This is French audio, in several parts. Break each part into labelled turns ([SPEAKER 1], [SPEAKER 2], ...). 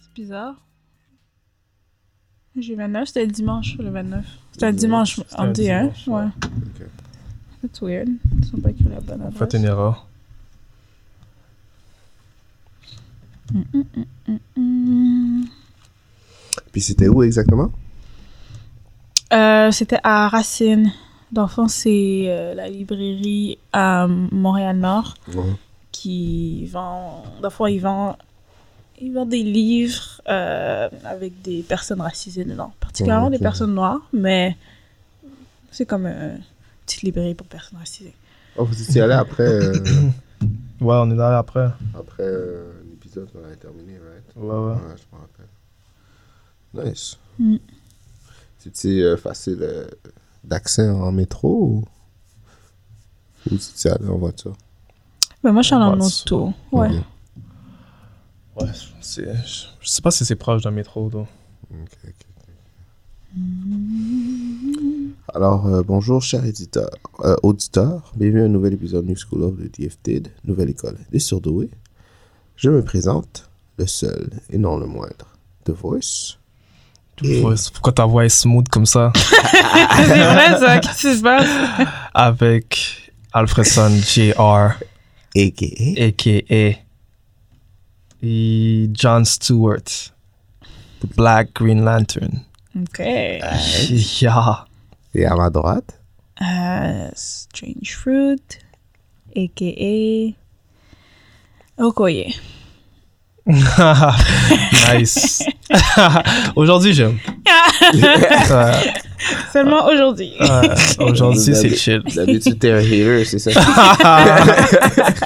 [SPEAKER 1] C'est bizarre. J'ai 29, c'était dimanche le 29. C'était un dimanche
[SPEAKER 2] C'était un
[SPEAKER 1] en D1,
[SPEAKER 2] dimanche,
[SPEAKER 1] ouais.
[SPEAKER 2] Ok.
[SPEAKER 1] That's weird. Ils sont pas écrits la bonne
[SPEAKER 2] On
[SPEAKER 1] adresse.
[SPEAKER 2] fait une erreur.
[SPEAKER 1] Hmm.
[SPEAKER 3] Puis c'était où exactement?
[SPEAKER 1] Euh, c'était à Racine. Dans le fond, c'est euh, la librairie à Montréal-Nord qui vend... Dans le fond, ils vendent, ils vendent des livres euh, avec des personnes racisées dedans. Particulièrement
[SPEAKER 3] Ouais,
[SPEAKER 1] des
[SPEAKER 3] ok.
[SPEAKER 1] personnes noires, mais c'est comme euh, une petite librairie pour personnes racisées.
[SPEAKER 3] Oh, vous étiez allé après, euh,
[SPEAKER 2] Ouais, on est là après.
[SPEAKER 3] après euh, l'épisode qu'on avait terminé, right?
[SPEAKER 2] Ouais, ouais.
[SPEAKER 3] Ouais, je me rappelle. Nice.
[SPEAKER 1] Mm.
[SPEAKER 3] C'était euh, facile euh, d'accès en métro ou, ou c'était allé en voiture?
[SPEAKER 1] Ben, moi, je suis allée
[SPEAKER 2] Bah,
[SPEAKER 1] en
[SPEAKER 2] c'est-
[SPEAKER 1] auto. Ouais.
[SPEAKER 3] Ok.
[SPEAKER 2] Ouais, c'est... Je je sais pas si c'est proche d'un métro, donc.
[SPEAKER 3] Ok, ok, ok. Alors, euh, bonjour, cher éditeur, euh, auditeur. Bienvenue à un nouvel épisode New School of the DFT, de Nouvelle École des Surdoués. Je me présente, le seul et non le moindre, The Voice. Et-
[SPEAKER 2] Ouais, c'est- Pourquoi ta voix est smooth comme ça
[SPEAKER 1] c'est vrai, ça. Qu'est-ce qui se passe?
[SPEAKER 2] Avec Alfredson Jr.,
[SPEAKER 3] A.K.A.
[SPEAKER 2] a.k.a. et John Stewart, The Black Green Lantern.
[SPEAKER 1] Ok.
[SPEAKER 2] Yeah.
[SPEAKER 3] Et à ma droite,
[SPEAKER 1] Euh, Strange Fruit, a.k.a. Okoye.
[SPEAKER 2] nice. Aujourd'hui, j'aime.
[SPEAKER 1] Ah!
[SPEAKER 2] Ouais,
[SPEAKER 1] Seulement aujourd'hui.
[SPEAKER 3] Ah.
[SPEAKER 2] ouais, Aujourd'hui, c'est chill.
[SPEAKER 3] d'habitude, t'es un hater, c'est ça?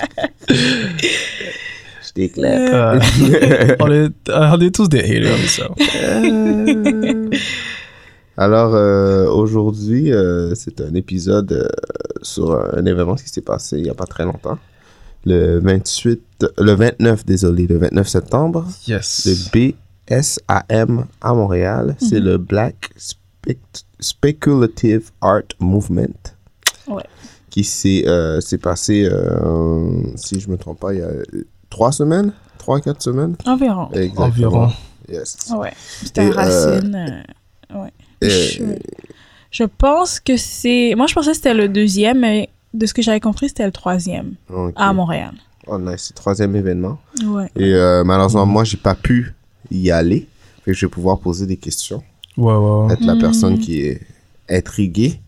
[SPEAKER 3] Je t'éclaire.
[SPEAKER 2] Ouais. on, est, on est tous des haters, ça.
[SPEAKER 1] Euh.
[SPEAKER 3] Alors, euh, aujourd'hui, euh, c'est un épisode euh, sur un événement qui s'est passé il n'y a pas très longtemps. Le 28, le 29, désolé, le 29 septembre,
[SPEAKER 2] Yes.
[SPEAKER 3] le BSAM à Montréal,
[SPEAKER 1] Mm-hmm.
[SPEAKER 3] c'est le Black Spec- Speculative Art Movement.
[SPEAKER 1] Ouais.
[SPEAKER 3] Qui s'est euh, s'est passé, euh, si je me trompe pas, il y a euh, trois semaines, trois, quatre semaines.
[SPEAKER 1] Environ.
[SPEAKER 3] Exactement.
[SPEAKER 2] Environ.
[SPEAKER 3] Yes.
[SPEAKER 1] Ouais. C'était
[SPEAKER 3] Et,
[SPEAKER 1] à Racine. euh, ouais.
[SPEAKER 3] Et-
[SPEAKER 1] Je, je pense que c'est. Moi, je pensais que c'était le deuxième, mais de ce que j'avais compris, c'était le troisième
[SPEAKER 3] Ok.
[SPEAKER 1] à Montréal.
[SPEAKER 3] Oh, nice. C'est le troisième événement.
[SPEAKER 1] Ouais.
[SPEAKER 3] Et euh, malheureusement, moi, j'ai pas pu y aller. Fait que je vais pouvoir poser des questions,
[SPEAKER 2] Ouais, ouais, ouais.
[SPEAKER 3] être la personne qui est intriguée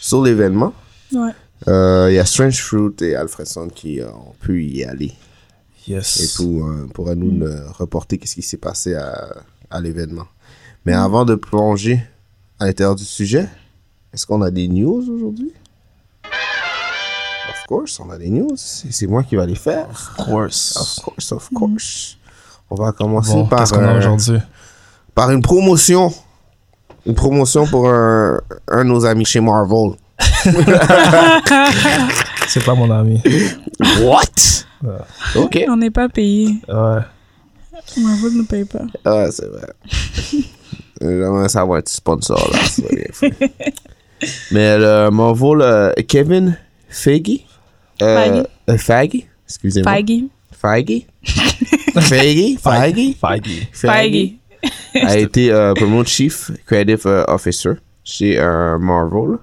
[SPEAKER 3] sur l'événement.
[SPEAKER 1] Ouais.
[SPEAKER 3] Euh, Il y a Strange Fruit et Alfredson qui euh, ont pu y aller. Et
[SPEAKER 2] Yes.
[SPEAKER 3] pour, euh, pourra nous
[SPEAKER 2] Mm.
[SPEAKER 3] le reporter qu'est-ce qui s'est passé à, à l'événement. Mais
[SPEAKER 2] Mm.
[SPEAKER 3] avant de plonger à l'intérieur du sujet, est-ce qu'on a des news aujourd'hui? Of course, on a des news. Et c'est moi qui vais les faire.
[SPEAKER 2] Of course. Mm.
[SPEAKER 3] Of course, of course. On va commencer
[SPEAKER 2] Bon,
[SPEAKER 3] par,
[SPEAKER 2] qu'est-ce qu'on a
[SPEAKER 3] euh,
[SPEAKER 2] aujourd'hui?
[SPEAKER 3] par une promotion. Une promotion pour un, un de nos amis chez Marvel.
[SPEAKER 2] C'est pas mon ami.
[SPEAKER 3] What?
[SPEAKER 2] Ouais.
[SPEAKER 3] Ok.
[SPEAKER 1] On n'est pas payé.
[SPEAKER 2] Ouais.
[SPEAKER 1] Marvel ne paye pas.
[SPEAKER 3] Ah, c'est vrai. J'aimerais savoir être sponsor là. ça serait bien fait. Mais le Marvel, euh, Kevin Feige. Euh,
[SPEAKER 1] Feige.
[SPEAKER 3] euh, Feige. Excusez-moi.
[SPEAKER 1] Feige.
[SPEAKER 3] Feige. Feige. Feige.
[SPEAKER 2] Feige.
[SPEAKER 1] Feige.
[SPEAKER 3] a été euh, promo chief creative euh, officer chez euh, Marvel.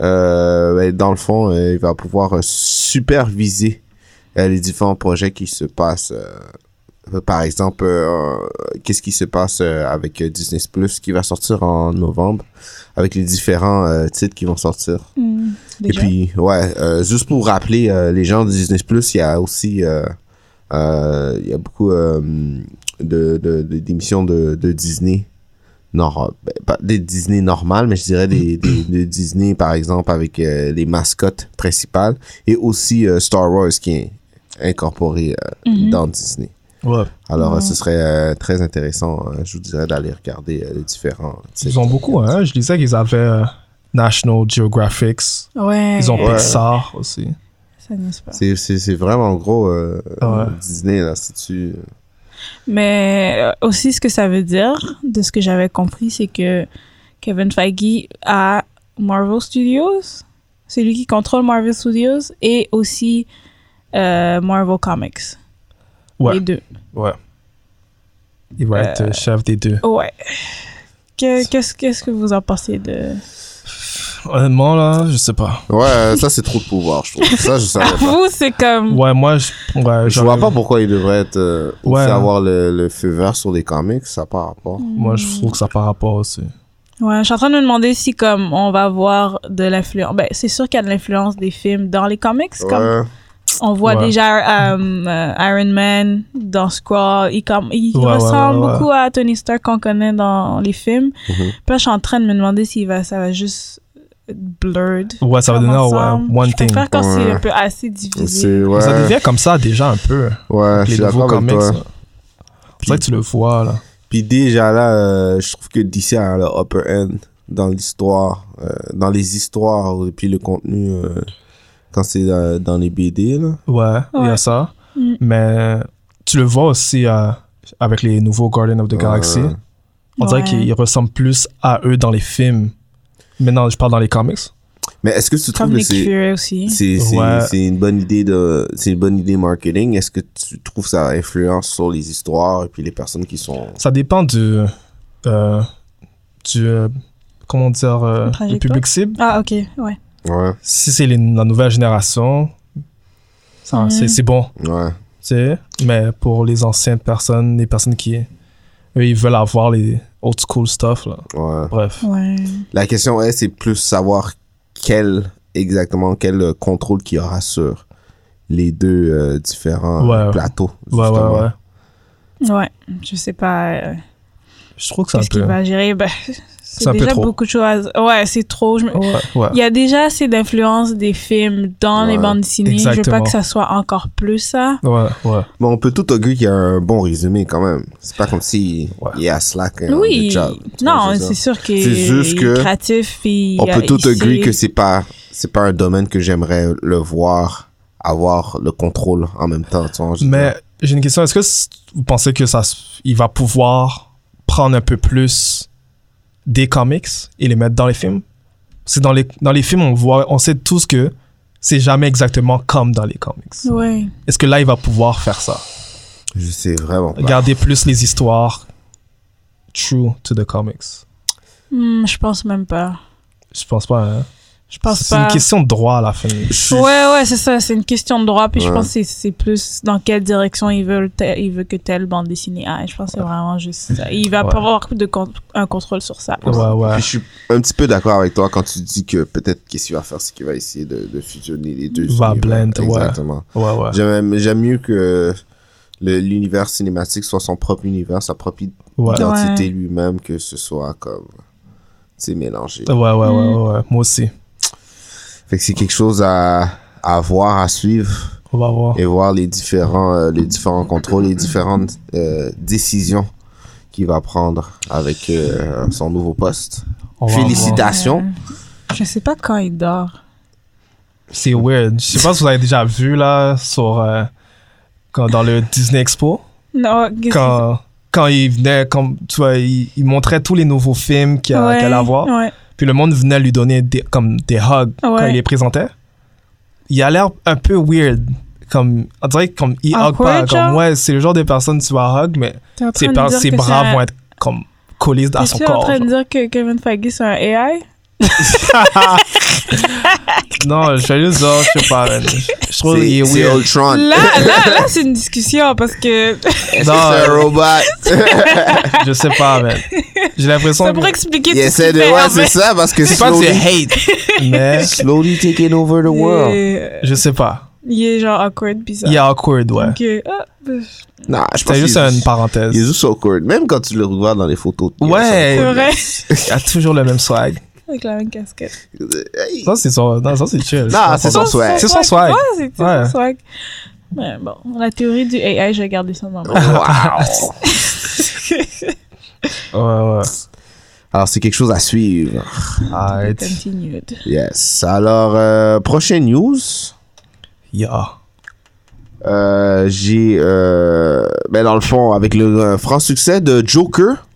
[SPEAKER 3] Euh, ben, dans le fond, euh, il va pouvoir euh, superviser euh, les différents projets qui se passent. euh, euh, par exemple, euh, euh, qu'est-ce qui se passe euh, avec euh, Disney Plus qui va sortir en novembre, avec les différents euh, titres qui vont sortir.
[SPEAKER 1] Hmm, déjà.
[SPEAKER 3] Et puis, ouais, euh, juste pour rappeler euh, les gens de Disney Plus, il y a aussi euh, euh, il y a beaucoup euh, de, de- de- d'émissions de, de Disney nor- ben, pas des Disney normales, mais je dirais des, des- des Disney, par exemple, avec euh, les mascottes principales, et aussi euh, Star Wars qui est incorporé euh,
[SPEAKER 1] Mhm.
[SPEAKER 3] dans Disney.
[SPEAKER 2] Mm-hmm. Ouais.
[SPEAKER 3] Alors, euh,
[SPEAKER 1] Ouais.
[SPEAKER 3] ce serait euh, très intéressant, euh, je vous dirais, d'aller regarder euh, les différents.
[SPEAKER 2] Ils ont beaucoup, hein. Je disais qu'ils avaient euh, National Geographic.
[SPEAKER 1] Ouais.
[SPEAKER 2] Ils ont
[SPEAKER 3] Ouais.
[SPEAKER 2] Pixar aussi.
[SPEAKER 1] Ça n'est pas.
[SPEAKER 3] C'est- C'est c'est vraiment gros euh,
[SPEAKER 2] Ah Ouais.
[SPEAKER 3] Disney, là, si tu.
[SPEAKER 1] Mais euh, aussi, ce que ça veut dire, de ce que j'avais compris, c'est que Kevin Feige a Marvel Studios, c'est lui qui contrôle Marvel Studios, et aussi euh, Marvel Comics.
[SPEAKER 2] Ouais.
[SPEAKER 1] Les deux.
[SPEAKER 2] Ouais. Il va être euh, chef des deux.
[SPEAKER 1] Ouais. Que- Qu'est-ce qu'est-ce que vous en pensez de.
[SPEAKER 2] Honnêtement, là, je sais pas.
[SPEAKER 3] Ouais, euh, ça, c'est trop de pouvoir, je trouve. Ça, je savais pas.
[SPEAKER 1] vous, c'est comme.
[SPEAKER 2] Ouais, moi, je. Ouais,
[SPEAKER 3] Je
[SPEAKER 2] j'aurais-
[SPEAKER 3] vois pas pourquoi il devrait être euh, aussi
[SPEAKER 2] Ouais. hein.
[SPEAKER 3] avoir le, le feu vert sur les comics, ça par rapport.
[SPEAKER 2] Moi, je trouve que ça par rapport aussi.
[SPEAKER 1] Ouais, je suis en train de me demander si, comme, on va voir de l'influence. Ben, c'est sûr qu'il y a de l'influence des films dans les comics, comme
[SPEAKER 3] Ouais.
[SPEAKER 1] On voit
[SPEAKER 2] Ouais.
[SPEAKER 1] déjà euh, euh, Iron Man dans Squall. Il, com- il
[SPEAKER 2] Ouais, ouais,
[SPEAKER 1] ressemble
[SPEAKER 2] ouais, ouais.
[SPEAKER 1] beaucoup à Tony Stark qu'on connaît dans les films.
[SPEAKER 3] Mhm.
[SPEAKER 1] Puis là, je suis en train de me demander si va, ça va juste être blurred.
[SPEAKER 2] Ouais, ça va
[SPEAKER 1] comme
[SPEAKER 2] donner
[SPEAKER 1] ensemble.
[SPEAKER 2] ouais, One
[SPEAKER 1] je
[SPEAKER 2] Thing.
[SPEAKER 1] préfère quand c'est
[SPEAKER 3] Ouais.
[SPEAKER 1] un peu assez divisé.
[SPEAKER 3] C'est, ouais.
[SPEAKER 2] Ça devient comme ça déjà un peu.
[SPEAKER 3] Ouais, je
[SPEAKER 2] les
[SPEAKER 3] suis
[SPEAKER 2] nouveaux
[SPEAKER 3] d'accord avec
[SPEAKER 2] comics.
[SPEAKER 3] toi.
[SPEAKER 2] là. C'est vrai que tu le vois, là.
[SPEAKER 3] Puis déjà là, euh, je trouve que DC a le upper end dans l'histoire, euh, dans les histoires, et puis le contenu, euh, quand c'est euh, dans les BD, là.
[SPEAKER 2] Ouais, il y
[SPEAKER 1] Ouais.
[SPEAKER 2] a ça.
[SPEAKER 1] Mm.
[SPEAKER 2] Mais tu le vois aussi euh, avec les nouveaux Guardians of the Galaxy.
[SPEAKER 3] Ouais.
[SPEAKER 2] On dirait
[SPEAKER 1] Ouais.
[SPEAKER 2] qu'ils ressemblent plus à eux dans les films. Maintenant, je parle dans les comics.
[SPEAKER 3] Mais est-ce que tu trouves
[SPEAKER 1] Comme
[SPEAKER 3] que
[SPEAKER 1] Nick
[SPEAKER 3] c'est...
[SPEAKER 1] Fury aussi.
[SPEAKER 3] C'est, c'est,
[SPEAKER 2] Ouais.
[SPEAKER 3] c'est une bonne idée de c'est une bonne idée marketing. Est-ce que tu trouves ça influence sur les histoires et puis les personnes qui sont
[SPEAKER 2] Ça dépend du. euh, du euh, comment dire. euh,
[SPEAKER 1] Une
[SPEAKER 2] le
[SPEAKER 1] trajectoire.
[SPEAKER 2] public cible.
[SPEAKER 1] Ah, ok, ouais.
[SPEAKER 3] ouais
[SPEAKER 2] Si c'est les- la nouvelle génération, ça,
[SPEAKER 1] Mm.
[SPEAKER 2] c'est c'est bon.
[SPEAKER 3] ouais
[SPEAKER 2] tu sais. Mais pour les anciennes personnes, les personnes qui eux, ils veulent avoir les old school stuff, là.
[SPEAKER 3] ouais.
[SPEAKER 2] Bref.
[SPEAKER 1] Ouais.
[SPEAKER 3] La question est c'est plus savoir quel exactement quel euh, contrôle qu'il y aura sur les deux euh, différents
[SPEAKER 2] Ouais.
[SPEAKER 3] euh, plateaux.
[SPEAKER 2] Ouais, ouais,
[SPEAKER 3] justement.
[SPEAKER 2] ouais.
[SPEAKER 1] Ouais. Je sais pas euh,
[SPEAKER 2] Je trouve que c'est un
[SPEAKER 1] qu'est-ce qu'il
[SPEAKER 2] peu.
[SPEAKER 1] va gérer. Ben,
[SPEAKER 2] C'est un
[SPEAKER 1] c'est
[SPEAKER 2] peu
[SPEAKER 1] déjà
[SPEAKER 2] trop.
[SPEAKER 1] beaucoup de choses. Ouais, c'est trop. Je me-
[SPEAKER 2] Ouais,
[SPEAKER 1] Il
[SPEAKER 2] ouais.
[SPEAKER 1] y a déjà assez d'influence des films dans les
[SPEAKER 3] Ouais,
[SPEAKER 1] bandes dessinées. Je veux
[SPEAKER 2] exactement.
[SPEAKER 1] pas que ça soit encore plus ça.
[SPEAKER 2] Ouais, ouais.
[SPEAKER 3] Mais on peut tout augurer qu'il y a un bon résumé quand même. C'est pas comme si
[SPEAKER 2] Ouais.
[SPEAKER 3] il y a slack hein,
[SPEAKER 1] Oui.
[SPEAKER 3] on the job. Tu vois,
[SPEAKER 1] Non,
[SPEAKER 3] ça.
[SPEAKER 1] c'est sûr qu'il
[SPEAKER 3] C'est juste
[SPEAKER 1] il
[SPEAKER 3] que
[SPEAKER 1] est créatif. puis
[SPEAKER 3] On
[SPEAKER 1] il a-
[SPEAKER 3] peut tout
[SPEAKER 1] il
[SPEAKER 3] agree
[SPEAKER 1] sait-
[SPEAKER 3] que c'est pas c'est pas un domaine que j'aimerais le voir avoir le contrôle en même temps. tu vois, je veux
[SPEAKER 2] Mais j'ai une question. Est-ce que c- vous pensez que ça, s- il va pouvoir prendre un peu plus des comics et les mettre dans les films Parce que dans les, dans les films, on voit, on sait tous que c'est jamais exactement comme dans les comics.
[SPEAKER 1] Ouais.
[SPEAKER 2] Est-ce que là, il va pouvoir faire ça
[SPEAKER 3] dire. je sais vraiment pas.
[SPEAKER 2] Garder plus les histoires true to the comics.
[SPEAKER 1] Hmm, je pense même pas.
[SPEAKER 2] Je pense pas. hein.
[SPEAKER 1] Je pense
[SPEAKER 2] C'est
[SPEAKER 1] pas.
[SPEAKER 2] une question de droit à la fin.
[SPEAKER 3] Je-
[SPEAKER 1] Ouais, ouais, c'est ça. C'est une question de droit. Puis je
[SPEAKER 3] Ouais.
[SPEAKER 1] pense que c'est- c'est plus dans quelle direction ils veulent, te- ils veulent que telle bande dessinée aille. Je pense que c'est vraiment juste ça. Il va
[SPEAKER 2] Ouais.
[SPEAKER 1] pas avoir de con- un contrôle sur ça.
[SPEAKER 2] Ouais, ouais.
[SPEAKER 3] Puis je suis un petit peu d'accord avec toi quand tu dis que peut-être qu'est-ce qu'il va faire, c'est qu'il va essayer de, de fusionner les deux.
[SPEAKER 2] Va
[SPEAKER 3] univers.
[SPEAKER 2] blend, ouais.
[SPEAKER 3] Exactement.
[SPEAKER 2] Ouais, ouais.
[SPEAKER 3] J'aime j'aime mieux que le- l'univers cinématique soit son propre univers, sa propre
[SPEAKER 2] Ouais.
[SPEAKER 1] Dans-
[SPEAKER 3] identité
[SPEAKER 1] Ouais.
[SPEAKER 3] lui-même, que ce soit comme. C'est mélangé.
[SPEAKER 2] Ouais, ouais, ouais, ouais, ouais. Moi aussi.
[SPEAKER 3] Fait que c'est quelque chose à, à voir, à suivre.
[SPEAKER 2] On va voir.
[SPEAKER 3] et voir les différents, euh, les différents contrôles, les différentes euh, décisions qu'il va prendre avec euh, son nouveau poste.
[SPEAKER 2] On va voir.
[SPEAKER 3] Félicitations.
[SPEAKER 1] Je sais pas quand il dort.
[SPEAKER 2] C'est weird. Je sais pas si vous avez déjà vu là sur euh, quand, dans le Disney Expo
[SPEAKER 1] Non, qu'est-ce que-
[SPEAKER 2] quand quand il venait comme tu vois il, il montrait tous les nouveaux films qu'il y a-
[SPEAKER 1] Ouais,
[SPEAKER 2] qu'elle allait avoir.
[SPEAKER 1] ouais. Ah
[SPEAKER 2] Puis le monde venait lui donner des, comme des hugs quand
[SPEAKER 1] Ouais.
[SPEAKER 2] il les présentait. Il a l'air un peu weird comme on dirait que comme il hug pas
[SPEAKER 1] Awkward, genre?
[SPEAKER 2] comme ouais c'est le genre de personne que tu vas hug mais
[SPEAKER 1] T'es en train
[SPEAKER 2] ses,
[SPEAKER 1] de
[SPEAKER 2] par-
[SPEAKER 1] dire
[SPEAKER 2] ses
[SPEAKER 1] que
[SPEAKER 2] bras
[SPEAKER 1] c'est un-
[SPEAKER 2] vont être comme collés à son
[SPEAKER 1] T'es-tu en
[SPEAKER 2] corps.
[SPEAKER 1] train de
[SPEAKER 2] genre.
[SPEAKER 1] dire que Kevin Feige c'est un AI?
[SPEAKER 2] Non, je vais juste dire, je sais pas. man. Je trouve qu'il
[SPEAKER 3] C'est
[SPEAKER 2] est
[SPEAKER 3] c'est
[SPEAKER 2] weird.
[SPEAKER 3] Ultron.
[SPEAKER 1] Là, là, là, c'est une discussion parce que
[SPEAKER 3] Est-ce que
[SPEAKER 2] Non,
[SPEAKER 3] c'est un
[SPEAKER 2] euh,
[SPEAKER 3] robot?
[SPEAKER 2] Je sais pas, man. J'ai l'impression
[SPEAKER 1] ça
[SPEAKER 2] que.
[SPEAKER 1] pourrait expliquer
[SPEAKER 3] Il
[SPEAKER 1] tout ce
[SPEAKER 3] essaie
[SPEAKER 1] qu'il
[SPEAKER 3] de.
[SPEAKER 1] fait. en
[SPEAKER 3] Ouais,
[SPEAKER 1] fait.
[SPEAKER 3] c'est ça, parce que
[SPEAKER 2] C'est pas que
[SPEAKER 3] slowly,
[SPEAKER 2] c'est hate, mais
[SPEAKER 3] slowly taking over the world.
[SPEAKER 1] Et-
[SPEAKER 2] je sais pas.
[SPEAKER 1] Il est genre awkward, bizarre.
[SPEAKER 2] Il est awkward, ouais.
[SPEAKER 1] Ok. Ah, pff,
[SPEAKER 3] Non, je pense
[SPEAKER 2] C'était
[SPEAKER 3] qu'il
[SPEAKER 2] juste
[SPEAKER 3] est
[SPEAKER 2] une parenthèse.
[SPEAKER 3] Il est juste awkward. Même quand tu le revois dans les photos. il y a
[SPEAKER 2] Ouais.
[SPEAKER 1] c'est
[SPEAKER 2] Eh,
[SPEAKER 1] vrai.
[SPEAKER 2] Il a toujours le même swag.
[SPEAKER 1] Avec la même casquette.
[SPEAKER 3] ça. Hey.
[SPEAKER 2] Ça, c'est son... Non, ça, c'est chill.
[SPEAKER 3] Non,
[SPEAKER 2] Je
[SPEAKER 3] c'est
[SPEAKER 2] comprends.
[SPEAKER 3] son swag.
[SPEAKER 2] C'est son swag.
[SPEAKER 1] Ouais, c'est c'est
[SPEAKER 2] Ouais.
[SPEAKER 1] son swag. Mais bon, la théorie du AI, je vais garder ça dans ma main.
[SPEAKER 3] Wow.
[SPEAKER 2] Ouais, ouais.
[SPEAKER 3] Alors, c'est quelque chose à suivre.
[SPEAKER 2] Alright.
[SPEAKER 1] Continued.
[SPEAKER 3] Yes. Alors, euh, prochaine news.
[SPEAKER 2] Yeah.
[SPEAKER 3] Euh, J'ai. Euh, ben, dans le fond, avec le euh, franc succès de Joker,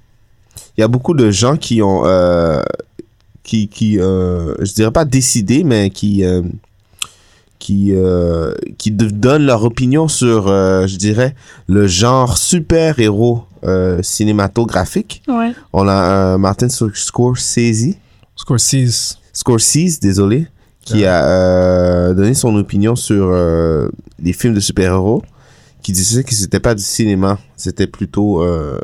[SPEAKER 3] il y a beaucoup de gens qui ont. euh, qui. qui euh, je dirais pas décidé, mais qui. euh, qui, euh, qui de- donnent leur opinion sur, euh, je dirais, le genre super-héros euh, cinématographique.
[SPEAKER 1] Ouais.
[SPEAKER 3] On a euh, Martin Scorsese,
[SPEAKER 2] Scorsese.
[SPEAKER 3] Scorsese, désolé, qui a euh, donné son opinion sur euh, les films de super-héros, qui disait que c'était pas du cinéma, c'était plutôt euh,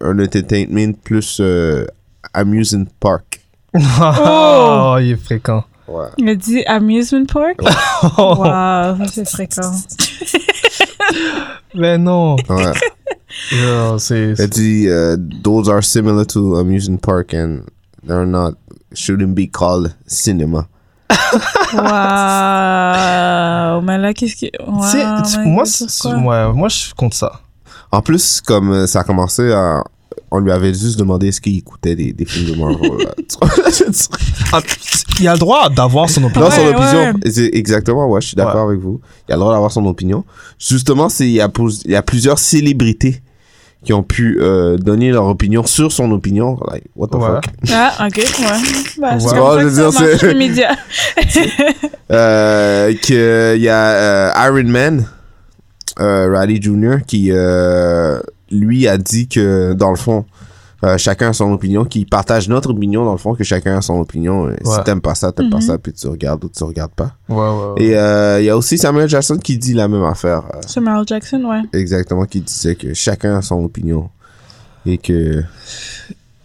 [SPEAKER 3] un entertainment plus euh, amusement park.
[SPEAKER 2] oh, il est fréquent.
[SPEAKER 3] Ouais.
[SPEAKER 1] Il a dit amusement park. Wow, ça c'est fréquent.
[SPEAKER 2] Mais non.
[SPEAKER 3] Ouais.
[SPEAKER 2] Yo, c'est...
[SPEAKER 3] Elle dit, euh, those are similar to amusement park and they're not, shouldn't be called cinéma.
[SPEAKER 1] Wow. Mais là, qu'est-ce qui. Wow,
[SPEAKER 2] Tu sais, tu-
[SPEAKER 1] mais
[SPEAKER 2] moi,
[SPEAKER 1] c'est
[SPEAKER 2] c'est-
[SPEAKER 1] quoi?
[SPEAKER 2] ouais, moi, je compte ça.
[SPEAKER 3] En plus, comme euh, ça a commencé à... On lui avait juste demandé est-ce qu'il écoutait des, des films de Marvel. là. Tu vois?
[SPEAKER 2] il a le droit d'avoir son opinion.
[SPEAKER 3] Ah. Non, son
[SPEAKER 1] Ouais,
[SPEAKER 3] opinion. C'est Exactement, ouais, je suis d'accord avec vous. Il a le droit d'avoir son opinion. Justement, c'est il y, a, pos- il y a plusieurs célébrités qui ont pu euh, donner leur opinion sur son opinion. Like, what the
[SPEAKER 2] Ouais.
[SPEAKER 3] fuck?
[SPEAKER 1] Ah, ok, ouais. Bah,
[SPEAKER 2] Ouais.
[SPEAKER 1] c'est
[SPEAKER 3] Bon, je
[SPEAKER 1] comme
[SPEAKER 3] veux
[SPEAKER 1] ça
[SPEAKER 3] dire,
[SPEAKER 1] que ça marche
[SPEAKER 3] c'est-
[SPEAKER 1] les médias.
[SPEAKER 3] Euh, que- Il y a euh, Iron Man, euh, Riley Jr., qui, euh, lui, a dit que, dans le fond, euh, chacun a son opinion, qu'il partage notre opinion, dans le fond, que chacun a son opinion. Et Si
[SPEAKER 2] Ouais.
[SPEAKER 3] t'aimes pas ça, t'aimes pas ça, puis tu regardes ou tu regardes pas.
[SPEAKER 2] Ouais, ouais, ouais.
[SPEAKER 3] Et euh, il y a aussi Samuel Jackson qui dit la même affaire. euh,
[SPEAKER 1] Samuel Jackson, ouais.
[SPEAKER 3] Exactement, qui disait que chacun a son opinion. Et que.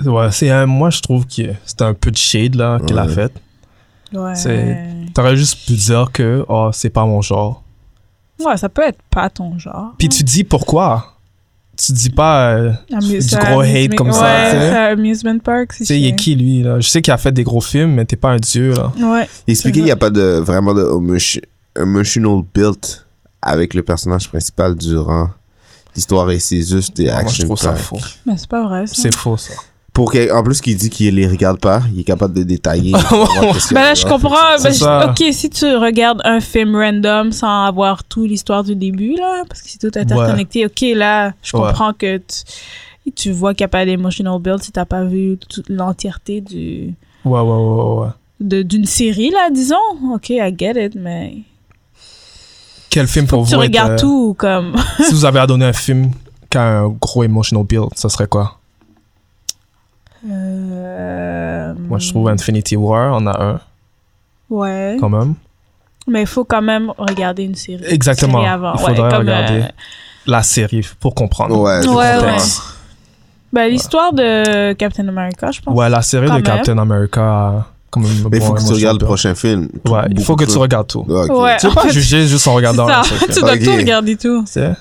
[SPEAKER 2] Ouais, c'est un- moi, je trouve que c'était un peu de shade, là, qu'il a
[SPEAKER 3] Ouais.
[SPEAKER 2] fait.
[SPEAKER 1] Ouais.
[SPEAKER 2] C'est- T'aurais juste pu dire que, oh, c'est pas mon genre.
[SPEAKER 1] Ouais, ça peut être pas ton genre.
[SPEAKER 2] Puis tu dis pourquoi. Tu dis pas, euh,
[SPEAKER 1] Amu-
[SPEAKER 2] du
[SPEAKER 1] c'est
[SPEAKER 2] gros
[SPEAKER 1] amusement-
[SPEAKER 2] hate comme ça,
[SPEAKER 1] Ouais,
[SPEAKER 2] tu sais.
[SPEAKER 1] c'est amusement park, c'est
[SPEAKER 2] tu sais, il est
[SPEAKER 1] chiant.
[SPEAKER 2] qui, lui, là. Je sais qu'il a fait des gros films, mais t'es pas un dieu, là.
[SPEAKER 1] Ouais.
[SPEAKER 3] Expliquer, il
[SPEAKER 1] vrai.
[SPEAKER 3] n'y a pas de, vraiment de emotion- emotional build avec le personnage principal durant l'histoire et c'est juste des
[SPEAKER 2] Ah, moi, je
[SPEAKER 3] action
[SPEAKER 2] trouve ça
[SPEAKER 3] pack.
[SPEAKER 2] faux.
[SPEAKER 1] Mais Ben, c'est pas vrai, ça.
[SPEAKER 2] C'est faux, ça.
[SPEAKER 3] Pour que- en plus, qu'il dit qu'il les regarde pas, il est capable de détailler.
[SPEAKER 1] Ben là, je comprends.
[SPEAKER 2] C'est
[SPEAKER 1] ben, je-
[SPEAKER 2] ça.
[SPEAKER 1] ok, si tu regardes un film random sans avoir tout l'histoire du début, là, parce que c'est tout interconnecté, ok, là, je
[SPEAKER 2] Ouais.
[SPEAKER 1] comprends que tu, tu vois qu'il n'y a pas d'emotional build si t'as pas vu toute l'entièreté du,
[SPEAKER 2] Ouais, ouais, ouais, ouais, ouais.
[SPEAKER 1] de- d'une série, là, disons. Ok, I get it, mais
[SPEAKER 2] Quel film pour
[SPEAKER 1] tu
[SPEAKER 2] vous est,
[SPEAKER 1] regardes
[SPEAKER 2] euh,
[SPEAKER 1] tout comme...
[SPEAKER 2] si vous avez à donner un film qui a un gros emotional build, ça serait quoi
[SPEAKER 1] Euh,
[SPEAKER 2] Moi, je trouve Infinity War, on a un
[SPEAKER 1] Ouais.
[SPEAKER 2] quand même.
[SPEAKER 1] Mais il faut quand même regarder une série.
[SPEAKER 2] Exactement.
[SPEAKER 1] Série avant.
[SPEAKER 2] Il
[SPEAKER 1] Ouais,
[SPEAKER 2] faudrait
[SPEAKER 1] comme,
[SPEAKER 2] regarder
[SPEAKER 1] euh,
[SPEAKER 2] la série pour comprendre.
[SPEAKER 3] Ouais, c'est
[SPEAKER 1] Ouais,
[SPEAKER 3] ça.
[SPEAKER 1] ouais.
[SPEAKER 2] Contexte.
[SPEAKER 1] ben, l'histoire de Captain America, je pense.
[SPEAKER 2] Ouais, la série
[SPEAKER 1] Quand
[SPEAKER 2] de
[SPEAKER 1] même.
[SPEAKER 2] Captain America. a quand même
[SPEAKER 3] Mais il
[SPEAKER 2] bon
[SPEAKER 3] faut que tu
[SPEAKER 2] emotional
[SPEAKER 3] regardes le
[SPEAKER 2] build.
[SPEAKER 3] prochain film.
[SPEAKER 2] Ouais, il faut que tu
[SPEAKER 3] Beaucoup de-
[SPEAKER 2] regardes tout.
[SPEAKER 3] Ok.
[SPEAKER 1] Ouais.
[SPEAKER 2] Tu peux
[SPEAKER 1] en
[SPEAKER 2] pas
[SPEAKER 1] fait,
[SPEAKER 2] juger juste en regardant
[SPEAKER 1] C'est
[SPEAKER 2] la
[SPEAKER 1] ça.
[SPEAKER 2] série.
[SPEAKER 1] tu dois
[SPEAKER 3] Ok.
[SPEAKER 1] tout regarder tout.
[SPEAKER 2] C'est-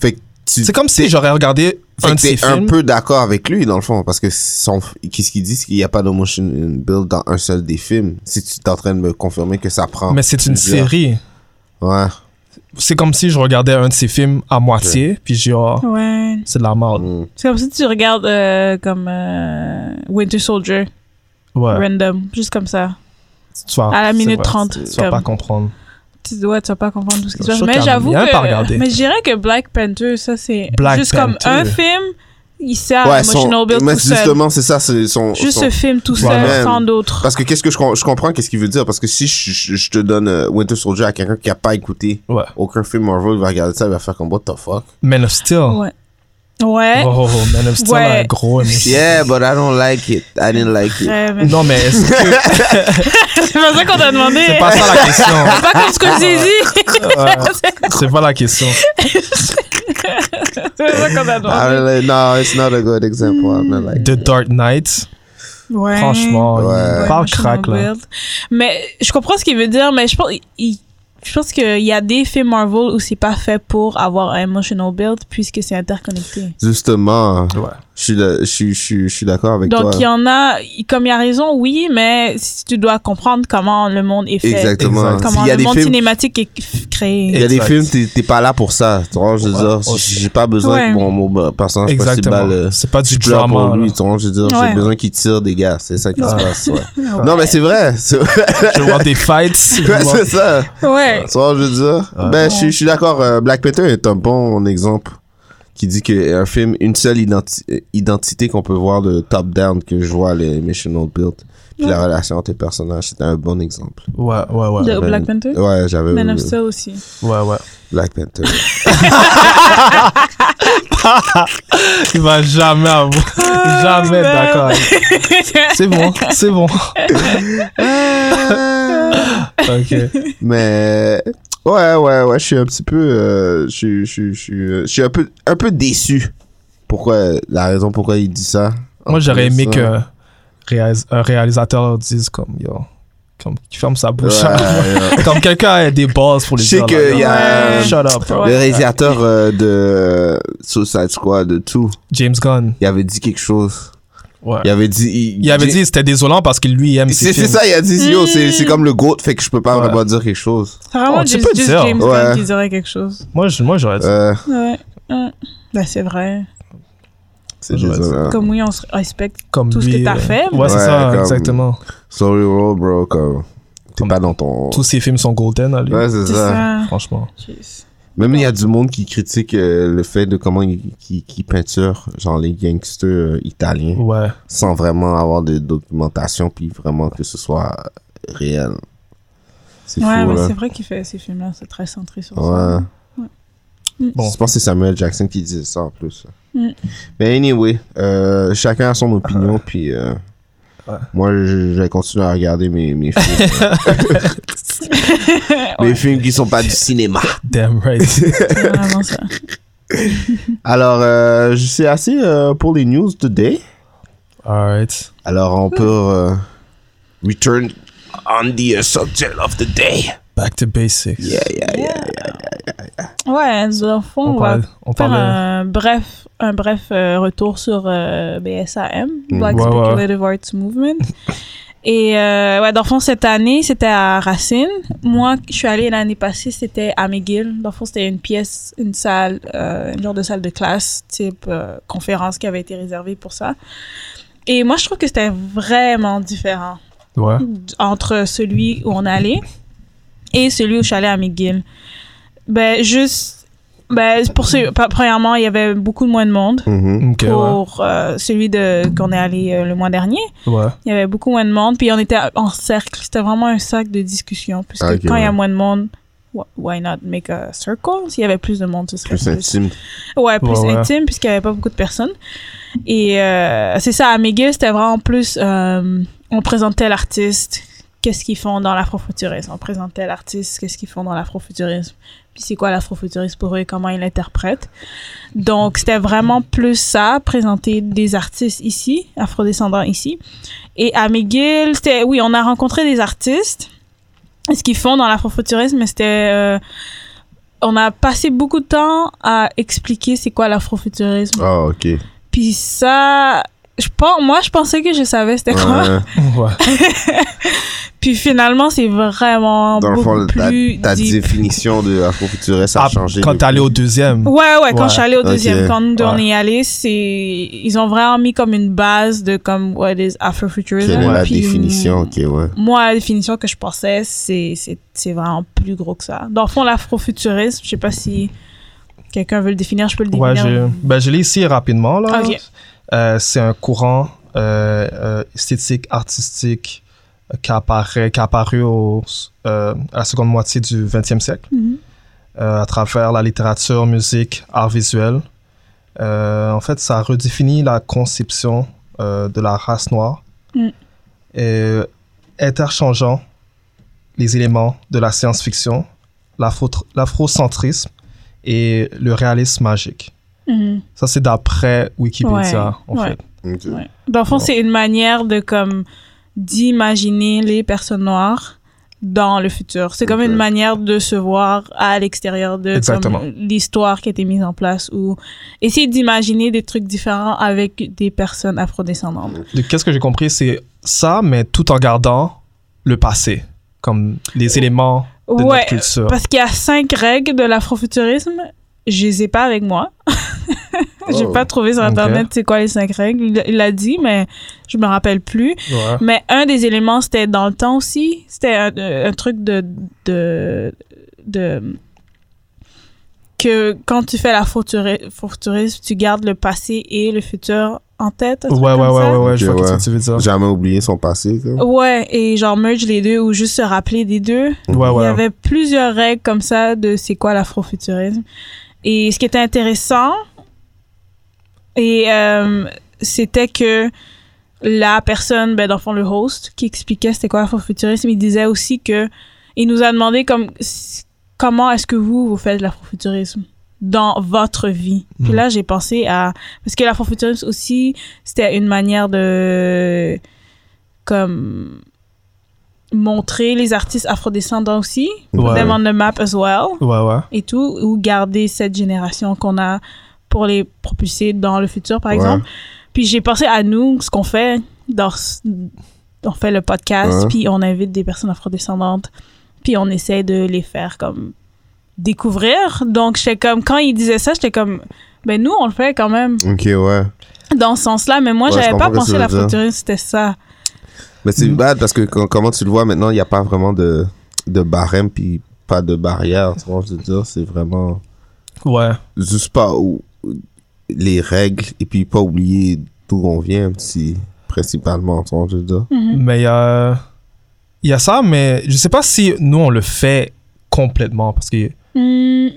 [SPEAKER 3] Fait que tu
[SPEAKER 2] C'est comme si j'aurais regardé
[SPEAKER 3] Fait
[SPEAKER 2] un de
[SPEAKER 3] que
[SPEAKER 2] ses
[SPEAKER 3] t'es un
[SPEAKER 2] films.
[SPEAKER 3] peu d'accord avec lui, dans le fond, parce que son, qu'est-ce qu'il dit, c'est qu'il n'y a pas d'emotion build dans un seul des films. Si tu t'es en train de me confirmer que ça prend.
[SPEAKER 2] Mais c'est une
[SPEAKER 3] plusieurs.
[SPEAKER 2] série.
[SPEAKER 3] Ouais.
[SPEAKER 2] C'est comme si je regardais un de ses films à moitié, puis j'ai oh,
[SPEAKER 1] Ouais.
[SPEAKER 2] c'est de la
[SPEAKER 1] Ah,
[SPEAKER 2] merde.
[SPEAKER 3] Mm.
[SPEAKER 1] C'est comme si tu regardes euh, comme euh, Winter Soldier,
[SPEAKER 2] Ouais.
[SPEAKER 1] random, juste comme ça.
[SPEAKER 2] Tu vas-
[SPEAKER 1] À la
[SPEAKER 2] c'est
[SPEAKER 1] minute
[SPEAKER 2] vrai,
[SPEAKER 1] 30,
[SPEAKER 2] Tu vas pas
[SPEAKER 1] comme-
[SPEAKER 2] comprendre.
[SPEAKER 1] Tu, ouais, tu vas pas comprendre tout ce qui se
[SPEAKER 2] Je
[SPEAKER 1] passe.
[SPEAKER 2] suis sûr
[SPEAKER 1] Mais
[SPEAKER 2] qu'il y a
[SPEAKER 1] j'avoue
[SPEAKER 2] rien pas
[SPEAKER 1] que.
[SPEAKER 2] regardé.
[SPEAKER 1] Mais je dirais que Black Panther, ça, c'est
[SPEAKER 2] Black
[SPEAKER 1] juste
[SPEAKER 2] Panther.
[SPEAKER 1] comme un film, il sert à
[SPEAKER 3] Ouais,
[SPEAKER 1] Emotional
[SPEAKER 3] son-
[SPEAKER 1] Build
[SPEAKER 3] mais
[SPEAKER 1] tout seul.
[SPEAKER 3] justement, c'est ça, c'est son.
[SPEAKER 1] Juste
[SPEAKER 3] son-
[SPEAKER 1] ce film tout
[SPEAKER 2] Voilà.
[SPEAKER 1] seul, sans d'autres.
[SPEAKER 3] Parce que qu'est-ce que je, com- je comprends, qu'est-ce qu'il veut dire, parce que si je, je- je te donne euh, Winter Soldier à quelqu'un qui a pas écouté
[SPEAKER 2] Ouais.
[SPEAKER 3] aucun film Marvel, il va regarder ça, il va faire comme what the fuck.
[SPEAKER 2] Man of Steel.
[SPEAKER 1] Ouais. Ouais.
[SPEAKER 2] Oh, Man of Steel a un
[SPEAKER 1] Ouais.
[SPEAKER 2] gros émotion.
[SPEAKER 3] Yeah, but I don't like it. I didn't like it.
[SPEAKER 1] Ouais, mais-
[SPEAKER 2] Non, mais est-ce que-
[SPEAKER 1] C'est pas ça qu'on t'a demandé.
[SPEAKER 2] c'est pas ça la question.
[SPEAKER 1] Pas comme Scorsese.
[SPEAKER 2] Ouais. C'est pas la question.
[SPEAKER 1] C'est pas ça qu'on t'a
[SPEAKER 3] I
[SPEAKER 1] demandé.
[SPEAKER 3] really- no, it's not a good example. I don't like it.
[SPEAKER 2] The Dark Knight,
[SPEAKER 1] Ouais.
[SPEAKER 2] franchement,
[SPEAKER 3] Ouais.
[SPEAKER 2] il parle
[SPEAKER 1] Emotional
[SPEAKER 2] crack là.
[SPEAKER 1] build. Mais je comprends ce qu'il veut dire, mais je pense il- il- Je pense qu'il y a des films Marvel où c'est pas fait pour avoir un emotional build puisque c'est interconnecté.
[SPEAKER 3] Justement,
[SPEAKER 2] Ouais.
[SPEAKER 3] je suis d'a- je suis- je suis- je suis d'accord avec
[SPEAKER 1] Donc
[SPEAKER 3] toi.
[SPEAKER 1] il y en a, il- comme il y a raison, oui, mais si tu dois comprendre comment le monde est fait,
[SPEAKER 3] Exactement.
[SPEAKER 2] Exact.
[SPEAKER 1] comment
[SPEAKER 3] S'il y a
[SPEAKER 1] le
[SPEAKER 3] des
[SPEAKER 1] monde
[SPEAKER 3] films,
[SPEAKER 1] cinématique est f- créé.
[SPEAKER 3] il y a des
[SPEAKER 2] Exact.
[SPEAKER 3] films, t'es- t'es pas là pour ça. Tu vois, je veux
[SPEAKER 2] Ouais.
[SPEAKER 3] dire, j'ai pas besoin
[SPEAKER 1] Ouais.
[SPEAKER 3] que mon, mon personnage
[SPEAKER 2] Exactement.
[SPEAKER 3] principal. euh,
[SPEAKER 2] c'est pas du
[SPEAKER 3] je pleure
[SPEAKER 2] drama.
[SPEAKER 3] pour
[SPEAKER 2] là.
[SPEAKER 3] lui, tu vois, je veux dire,
[SPEAKER 1] Ouais.
[SPEAKER 3] j'ai besoin qu'il tire des gars, c'est ça qui se
[SPEAKER 2] Ouais.
[SPEAKER 3] passe, ouais. Non, mais c'est vrai, c'est vrai,
[SPEAKER 2] Je veux voir des fights. je veux
[SPEAKER 3] ouais,
[SPEAKER 2] voir-
[SPEAKER 3] c'est ça.
[SPEAKER 1] Ouais.
[SPEAKER 3] Tu vois, je veux dire,
[SPEAKER 2] Ouais.
[SPEAKER 3] ben, je suis- je suis d'accord, euh, Black Panther est un bon exemple qui dit qu'un film, une seule identi- euh, identité qu'on peut voir de top-down, que je vois les emotional build, puis la relation entre les personnages, c'était un bon exemple.
[SPEAKER 2] Ouais, ouais, ouais.
[SPEAKER 1] De Black Panther?
[SPEAKER 3] Ouais, j'avais
[SPEAKER 1] Man
[SPEAKER 3] euh,
[SPEAKER 1] of Steel aussi.
[SPEAKER 2] Ouais, ouais.
[SPEAKER 3] Black Panther.
[SPEAKER 2] Il va jamais avoir. jamais être
[SPEAKER 1] Ah, merde.
[SPEAKER 2] d'accord. avec- C'est bon, c'est bon. ok.
[SPEAKER 3] Mais ouais, ouais, ouais, je suis un petit peu, euh, je, suis- je, suis- je, suis, euh, je suis un peu, un peu déçu. Pourquoi la raison pourquoi il dit ça
[SPEAKER 2] Moi, j'aurais aimé
[SPEAKER 3] Ça.
[SPEAKER 2] que réalis- un réalisateur dise comme yo, comme qui ferme sa
[SPEAKER 3] Ouais,
[SPEAKER 2] bouche.
[SPEAKER 3] ouais.
[SPEAKER 2] comme quelqu'un a des bases pour les
[SPEAKER 3] Je sais
[SPEAKER 2] dire,
[SPEAKER 3] que
[SPEAKER 2] là,
[SPEAKER 3] y a-
[SPEAKER 2] yo, Shut up, bro.
[SPEAKER 1] Ouais.
[SPEAKER 3] Le réalisateur euh, de euh, Suicide Squad, de tout,
[SPEAKER 2] James Gunn.
[SPEAKER 3] il avait dit quelque chose.
[SPEAKER 2] Ouais.
[SPEAKER 3] Il avait dit, il,
[SPEAKER 2] Il avait
[SPEAKER 3] j'ai-
[SPEAKER 2] dit c'était désolant parce que lui il aime ses
[SPEAKER 3] c'est c'est
[SPEAKER 2] films.
[SPEAKER 3] ça, il a dit yo, c'est c'est comme le goat, fait que je peux pas
[SPEAKER 2] Ouais.
[SPEAKER 3] vraiment dire quelque chose.
[SPEAKER 1] C'est vraiment
[SPEAKER 2] Oh, tu
[SPEAKER 1] juste,
[SPEAKER 2] peux
[SPEAKER 1] juste
[SPEAKER 2] dire.
[SPEAKER 1] James
[SPEAKER 3] Ouais.
[SPEAKER 1] Gunn qui dirait quelque chose.
[SPEAKER 2] Moi, je- moi j'aurais dit.
[SPEAKER 3] Euh,
[SPEAKER 1] Ouais. Hum. Ben, c'est vrai.
[SPEAKER 3] c'est
[SPEAKER 2] Ouais,
[SPEAKER 3] désolant.
[SPEAKER 1] Comme oui, on se respecte.
[SPEAKER 2] comme
[SPEAKER 1] tout ce que
[SPEAKER 2] lui,
[SPEAKER 1] t'as
[SPEAKER 2] euh,
[SPEAKER 1] fait,
[SPEAKER 2] Ouais,
[SPEAKER 1] mais-
[SPEAKER 2] c'est
[SPEAKER 3] Ouais,
[SPEAKER 2] ça,
[SPEAKER 3] comme-
[SPEAKER 2] exactement.
[SPEAKER 3] Sorry bro, bro, comme t'es
[SPEAKER 2] Comme-
[SPEAKER 3] pas dans ton.
[SPEAKER 2] Tous ses films sont golden à lui.
[SPEAKER 3] Ouais, c'est
[SPEAKER 1] C'est
[SPEAKER 3] ça.
[SPEAKER 1] ça.
[SPEAKER 2] Franchement.
[SPEAKER 1] Jeez.
[SPEAKER 3] Même il y a du monde qui critique euh, le fait de comment ils qui, qui peinturent genre les gangsters euh, italiens
[SPEAKER 2] Ouais.
[SPEAKER 3] sans vraiment avoir de documentation puis vraiment que ce soit réel. C'est
[SPEAKER 1] Ouais,
[SPEAKER 3] fou
[SPEAKER 1] mais
[SPEAKER 3] là.
[SPEAKER 1] c'est vrai qu'il fait ces films-là, c'est très centré sur ça.
[SPEAKER 3] Ouais.
[SPEAKER 2] Bon.
[SPEAKER 3] Je pense que c'est Samuel Jackson qui disait ça en plus.
[SPEAKER 1] Mm.
[SPEAKER 3] Mais anyway, euh, chacun a son opinion puis euh,
[SPEAKER 2] Ouais.
[SPEAKER 3] moi je, je vais continuer à regarder mes, mes films. Mes films qui sont pas du cinéma.
[SPEAKER 2] Damn right.
[SPEAKER 1] C'est vraiment ça.
[SPEAKER 3] Alors, euh, je- c'est assez euh, pour les news today.
[SPEAKER 2] Alright.
[SPEAKER 3] Alors, on peut euh, return on the uh, subject of the day.
[SPEAKER 2] Back to basics.
[SPEAKER 3] Yeah, yeah, yeah.
[SPEAKER 1] Ouais, dans le fond,
[SPEAKER 2] On
[SPEAKER 1] on, va
[SPEAKER 2] parle. On
[SPEAKER 1] faire
[SPEAKER 2] parle-
[SPEAKER 1] un bref, un bref euh, retour sur euh, BSAM, Black
[SPEAKER 2] Mm. Ouais, ouais.
[SPEAKER 1] Speculative Arts Movement. Et euh, ouais, dans le fond, cette année, c'était à Racine. Moi, je suis allée l'année passée, c'était à McGill. Dans le fond, c'était une pièce, une salle, euh, un genre de salle de classe, type euh, conférence qui avait été réservée pour ça. Et moi, je trouve que c'était vraiment différent
[SPEAKER 2] Ouais.
[SPEAKER 1] entre celui où on allait et celui où je suis allée à McGill. Ben, juste, ben, pour ce, pa- premièrement, il y avait beaucoup de moins de monde.
[SPEAKER 3] Mhm.
[SPEAKER 2] Ok, ouais.
[SPEAKER 1] Pour euh, celui de, qu'on est allé euh, le mois dernier,
[SPEAKER 2] Ouais.
[SPEAKER 1] il y avait beaucoup moins de monde. Puis on était en cercle. C'était vraiment un sac de discussion. Puisque
[SPEAKER 3] Ah, ok,
[SPEAKER 1] quand il y a
[SPEAKER 3] ouais.
[SPEAKER 1] moins de monde, wh- why not make a circle? S'il y avait plus de monde, ce serait
[SPEAKER 3] Plus
[SPEAKER 1] plus,
[SPEAKER 3] intime.
[SPEAKER 1] Ouais, plus
[SPEAKER 2] Ouais, ouais.
[SPEAKER 1] intime, puisqu'il n'y avait pas beaucoup de personnes. Et euh, c'est ça, à McGill, c'était vraiment plus. euh, on présentait l'artiste, qu'est-ce qu'ils font dans l'afrofuturisme. On présentait l'artiste, qu'est-ce qu'ils font dans l'afrofuturisme. Puis c'est quoi l'afrofuturisme pour eux, comment ils l'interprètent. Donc, c'était vraiment plus ça, présenter des artistes ici, afrodescendants ici. Et à McGill, c'était. Oui, on a rencontré des artistes. Ce qu'ils font dans l'afrofuturisme, mais c'était. euh, on a passé beaucoup de temps à expliquer c'est quoi l'afrofuturisme.
[SPEAKER 3] Ah, ok. Ouais.
[SPEAKER 1] Puis ça, je pense, moi, je pensais que je savais c'était quoi.
[SPEAKER 2] Ouais.
[SPEAKER 1] Puis finalement, c'est vraiment
[SPEAKER 3] Dans le
[SPEAKER 1] beaucoup
[SPEAKER 3] fond, ta,
[SPEAKER 1] plus
[SPEAKER 3] ta
[SPEAKER 1] deep.
[SPEAKER 3] définition de afrofuturiste a
[SPEAKER 2] Ah,
[SPEAKER 3] changé.
[SPEAKER 2] quand t'es allé
[SPEAKER 3] depuis.
[SPEAKER 2] au deuxième.
[SPEAKER 1] Ouais, ouais, quand
[SPEAKER 2] Ouais,
[SPEAKER 1] je suis allée au
[SPEAKER 3] ok.
[SPEAKER 1] deuxième, quand nous, on
[SPEAKER 2] Ouais.
[SPEAKER 1] est allé, c'est, ils ont vraiment mis comme une base de comme, what is Afrofuturism.
[SPEAKER 3] Quelle est la
[SPEAKER 1] Puis,
[SPEAKER 3] définition Ok, ouais.
[SPEAKER 1] Moi, la définition que je pensais, c'est, c'est, c'est vraiment plus gros que ça. Dans le fond, l'afrofuturisme, je sais pas si quelqu'un veut le définir, je peux le
[SPEAKER 2] Ouais,
[SPEAKER 1] définir.
[SPEAKER 2] je, ben, je l'ai ici rapidement. Là.
[SPEAKER 1] Ok.
[SPEAKER 2] Euh, c'est un courant euh, euh, esthétique, artistique euh, qui apparaît, qui est apparu au, euh, à la seconde moitié du 20e siècle
[SPEAKER 1] Mhm.
[SPEAKER 2] euh, à travers la littérature, musique, art visuel. Euh, en fait, ça redéfinit la conception euh, de la race noire,
[SPEAKER 1] Mm.
[SPEAKER 2] euh, interchangeant les éléments de la science-fiction, l'afro- l'afrocentrisme et le réalisme magique.
[SPEAKER 1] Mhm.
[SPEAKER 2] Ça, c'est d'après Wikipédia,
[SPEAKER 1] Ouais,
[SPEAKER 2] en
[SPEAKER 1] ouais.
[SPEAKER 2] fait.
[SPEAKER 3] Ok.
[SPEAKER 1] Ouais. Dans le fond,
[SPEAKER 2] Bon.
[SPEAKER 1] c'est une manière de comme d'imaginer les personnes noires dans le futur. C'est comme
[SPEAKER 3] Ok.
[SPEAKER 1] une manière de se voir à l'extérieur de
[SPEAKER 2] Exactement.
[SPEAKER 1] comme, l'histoire qui a été mise en place ou essayer d'imaginer des trucs différents avec des personnes afrodescendantes.
[SPEAKER 2] De- Qu'est-ce que j'ai compris, c'est ça, mais tout en gardant le passé, comme les éléments de
[SPEAKER 1] Ouais,
[SPEAKER 2] notre culture.
[SPEAKER 1] parce qu'il y a cinq règles de l'afrofuturisme. Je les ai pas avec moi. J'ai
[SPEAKER 3] Oh.
[SPEAKER 1] pas trouvé sur
[SPEAKER 2] Ok.
[SPEAKER 1] Internet c'est quoi les cinq règles. Il- Il l'a dit, mais je me rappelle plus.
[SPEAKER 2] Ouais.
[SPEAKER 1] Mais un des éléments, c'était dans le temps aussi. C'était un, euh, un truc de, de, de- que quand tu fais la futura- futurisme, tu gardes le passé et le futur en tête. un
[SPEAKER 2] Ouais,
[SPEAKER 1] truc
[SPEAKER 2] ouais,
[SPEAKER 1] comme
[SPEAKER 2] ouais,
[SPEAKER 1] ça.
[SPEAKER 2] ouais, ouais, je
[SPEAKER 3] Ok,
[SPEAKER 2] vois
[SPEAKER 3] ouais.
[SPEAKER 2] ce que tu veux dire.
[SPEAKER 3] Jamais oublier son passé. ça.
[SPEAKER 1] Ouais, et genre merge les deux ou juste se rappeler des deux.
[SPEAKER 2] Ouais,
[SPEAKER 1] Il y
[SPEAKER 2] ouais.
[SPEAKER 1] avait plusieurs règles comme ça de c'est quoi l'afrofuturisme. Et ce qui était intéressant, et euh, c'était que la personne, ben, dans le fond, le host, qui expliquait c'était quoi l'afrofuturisme, il disait aussi que il nous a demandé comme s- comment est-ce que vous vous faites de l'afrofuturisme dans votre vie. Puis
[SPEAKER 2] Mhm.
[SPEAKER 1] là, j'ai pensé à parce que l'afrofuturisme aussi, c'était une manière de comme montrer les artistes afrodescendants aussi, put
[SPEAKER 2] Ouais.
[SPEAKER 1] them on the map as well
[SPEAKER 2] Ouais, ouais.
[SPEAKER 1] et tout, ou garder cette génération qu'on a pour les propulser dans le futur, par
[SPEAKER 3] Ouais.
[SPEAKER 1] exemple. Puis j'ai pensé à nous, ce qu'on fait. Dans, ce- on fait le podcast,
[SPEAKER 3] Ouais.
[SPEAKER 1] puis on invite des personnes afrodescendantes, puis on essaie de les faire comme découvrir. Donc, j'étais comme, quand il disait ça, j'étais comme, ben nous, on le fait quand même
[SPEAKER 3] Ok, ouais.
[SPEAKER 1] dans ce sens-là, mais moi,
[SPEAKER 3] Ouais, je
[SPEAKER 1] j'avais pas
[SPEAKER 3] comprends ce
[SPEAKER 1] pensé
[SPEAKER 3] que
[SPEAKER 1] à la
[SPEAKER 3] tu veux dire.
[SPEAKER 1] futuriste, c'était ça.
[SPEAKER 3] Mais
[SPEAKER 1] Mm.
[SPEAKER 3] c'est bad parce que quand- comment tu le vois maintenant, il n'y a pas vraiment de, de barème puis pas de barrière. Tu vois, je veux dire, c'est vraiment
[SPEAKER 2] Ouais.
[SPEAKER 3] juste pas ou- les règles et puis pas oublier d'où on vient, si, principalement. Tu vois, je veux dire.
[SPEAKER 2] Mais il y a, il y a ça, mais je sais pas si nous, on le fait complètement. Parce que
[SPEAKER 1] Hmm,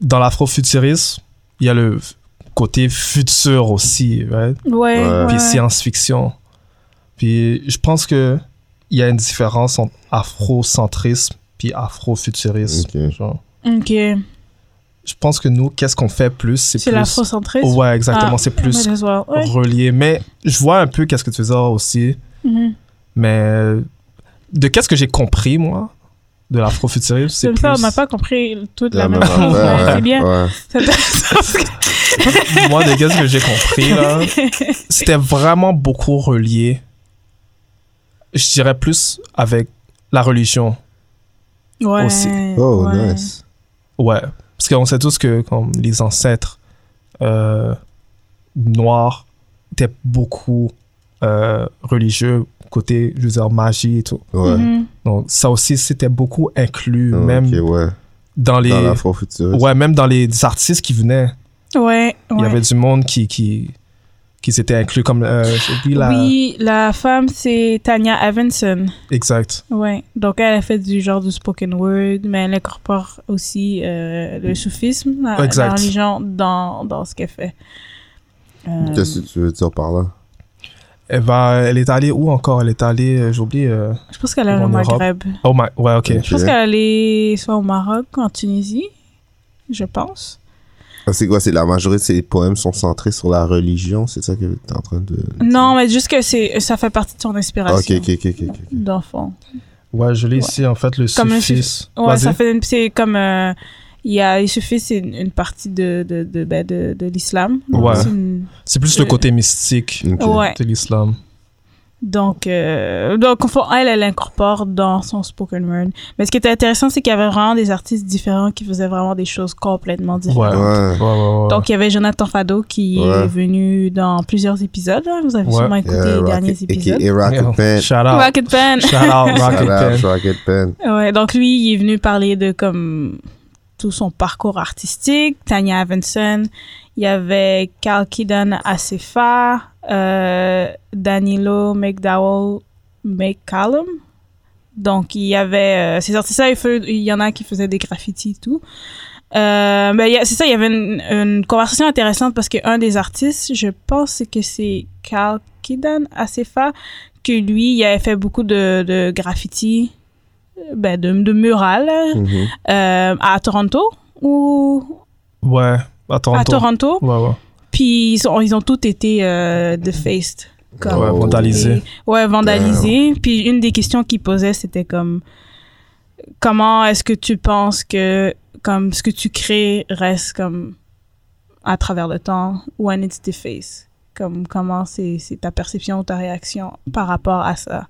[SPEAKER 2] dans l'afrofuturisme, il y a le f- côté futur aussi, right?
[SPEAKER 1] ouais,
[SPEAKER 3] Ouais.
[SPEAKER 1] ouais.
[SPEAKER 2] puis science-fiction. Puis je pense que il y a une différence entre afrocentrisme puis afrofuturisme.
[SPEAKER 3] Ok.
[SPEAKER 2] Genre,
[SPEAKER 1] Ok,
[SPEAKER 2] je pense que nous, qu'est-ce qu'on fait plus C'est
[SPEAKER 1] c'est
[SPEAKER 2] plus.
[SPEAKER 1] l'afrocentrisme.
[SPEAKER 2] Ouais, exactement.
[SPEAKER 1] Ah,
[SPEAKER 2] c'est plus
[SPEAKER 1] Might as well, ouais.
[SPEAKER 2] relié. Mais je vois un peu qu'est-ce que tu veux dire aussi.
[SPEAKER 1] Mhm.
[SPEAKER 2] Mais de qu'est-ce que j'ai compris, moi, de l'afrofuturisme,
[SPEAKER 1] C'est
[SPEAKER 2] c'est plus...
[SPEAKER 1] ça, on n'a pas compris toute la,
[SPEAKER 3] La
[SPEAKER 1] même
[SPEAKER 3] même
[SPEAKER 1] chose.
[SPEAKER 3] affaire,
[SPEAKER 1] mais
[SPEAKER 3] ouais,
[SPEAKER 1] C'est bien.
[SPEAKER 3] ouais.
[SPEAKER 1] Ça te- ça-
[SPEAKER 2] moi, de qu'est-ce que j'ai compris, là, c'était vraiment beaucoup relié, je dirais plus avec la religion.
[SPEAKER 1] ouais.
[SPEAKER 2] Aussi.
[SPEAKER 3] Oh,
[SPEAKER 1] ouais.
[SPEAKER 3] nice.
[SPEAKER 2] Ouais. Parce qu'on sait tous que comme, les ancêtres euh, noirs étaient beaucoup euh, religieux, côté, je veux dire, magie et tout.
[SPEAKER 3] Ouais.
[SPEAKER 1] Mhm.
[SPEAKER 2] Donc, ça aussi, c'était beaucoup inclus,
[SPEAKER 3] Ah, Ok,
[SPEAKER 2] même
[SPEAKER 3] ouais.
[SPEAKER 2] dans les...
[SPEAKER 3] Dans l'afrofuturisme.
[SPEAKER 2] Ouais, même dans les artistes qui venaient.
[SPEAKER 1] Ouais,
[SPEAKER 2] il y
[SPEAKER 1] ouais.
[SPEAKER 2] avait du monde qui qui qui s'était inclus comme euh, j'ai oublié la
[SPEAKER 1] Ah, Oui, la femme, c'est Tanya Evanson.
[SPEAKER 2] exact
[SPEAKER 1] Ouais. Donc, elle a fait du genre du spoken word, mais elle incorpore aussi euh, le soufisme, la,
[SPEAKER 2] Exact.
[SPEAKER 1] la religion, dans, dans ce qu'elle fait. Euh,
[SPEAKER 3] Qu'est-ce que tu veux dire par là?
[SPEAKER 2] elle va elle est allée où encore elle est allée euh, j'oublie euh,
[SPEAKER 1] je pense qu'elle est au
[SPEAKER 2] en Europe.
[SPEAKER 1] Maghreb.
[SPEAKER 2] oh my ouais ok
[SPEAKER 1] Je pense qu'elle est soit au Maroc, en Tunisie, je pense.
[SPEAKER 3] Ah, C'est quoi? C'est la majorité de ses poèmes sont centrés sur la religion? C'est ça que tu es en train de.
[SPEAKER 1] Non, mais juste que c'est- ça fait partie de son
[SPEAKER 3] Ah, Ok,
[SPEAKER 1] inspiration
[SPEAKER 3] ok, ok, ok. ok.
[SPEAKER 1] d'enfant.
[SPEAKER 2] ouais je l'ai
[SPEAKER 1] Ouais.
[SPEAKER 2] ici en fait le
[SPEAKER 1] Comme un
[SPEAKER 2] suffixe
[SPEAKER 1] Ouais,
[SPEAKER 2] Vas-y.
[SPEAKER 1] ça fait une- c'est comme euh, il y a il suffit c'est une, une partie de de de ben, de, de l'islam. Donc,
[SPEAKER 2] Ouais.
[SPEAKER 1] c'est une-
[SPEAKER 2] c'est plus le côté mystique
[SPEAKER 3] Ok.
[SPEAKER 1] Ouais.
[SPEAKER 2] de l'islam
[SPEAKER 1] Donc euh, donc au fond, elle elle incorpore dans son spoken word. Mais ce qui était intéressant c'est qu'il y avait vraiment des artistes différents qui faisaient vraiment des choses complètement différentes.
[SPEAKER 2] Ouais.
[SPEAKER 3] Ouais.
[SPEAKER 2] ouais ouais ouais
[SPEAKER 1] Donc il y avait Jonathan Fado qui
[SPEAKER 3] Ouais.
[SPEAKER 1] est venu dans plusieurs épisodes. là. Vous avez
[SPEAKER 2] Ouais.
[SPEAKER 1] sûrement écouté les derniers épisodes.
[SPEAKER 3] Et Rocket Pen.
[SPEAKER 2] shout out
[SPEAKER 1] Rocket Pen.
[SPEAKER 2] shout out Rocket
[SPEAKER 3] Shout out,
[SPEAKER 2] Pen
[SPEAKER 3] Rocket Pen.
[SPEAKER 1] Ouais, donc lui, il est venu parler de comme tout son parcours artistique. Tanya Evanson, il y avait Cal Kidan Acefa, euh, Danilo McDowell McCallum. Donc il y avait euh, ces artistes-là, il fais- il y en a qui faisaient des graffitis et tout. Euh, ben, il y a- c'est ça, il y avait une, une conversation intéressante parce qu'un des artistes, je pense que c'est Cal Kidan Acefa, que lui, il avait fait beaucoup de, de graffitis ben, de, de mural
[SPEAKER 3] Mhm.
[SPEAKER 1] euh, à Toronto ou
[SPEAKER 2] ouais à
[SPEAKER 1] à
[SPEAKER 2] Toronto
[SPEAKER 1] Toronto.
[SPEAKER 2] ouais ouais
[SPEAKER 1] Puis ils ont, ils ont tous été euh, defaced. Comme
[SPEAKER 2] Ouais, vandalisés.
[SPEAKER 1] Et- ouais, vandalisés. Puis une des questions qu'ils posaient, c'était comme comment est-ce que tu penses que comme ce que tu crées reste comme à travers le temps when it's defaced comme comment c'est c'est ta perception ou ta réaction par rapport à ça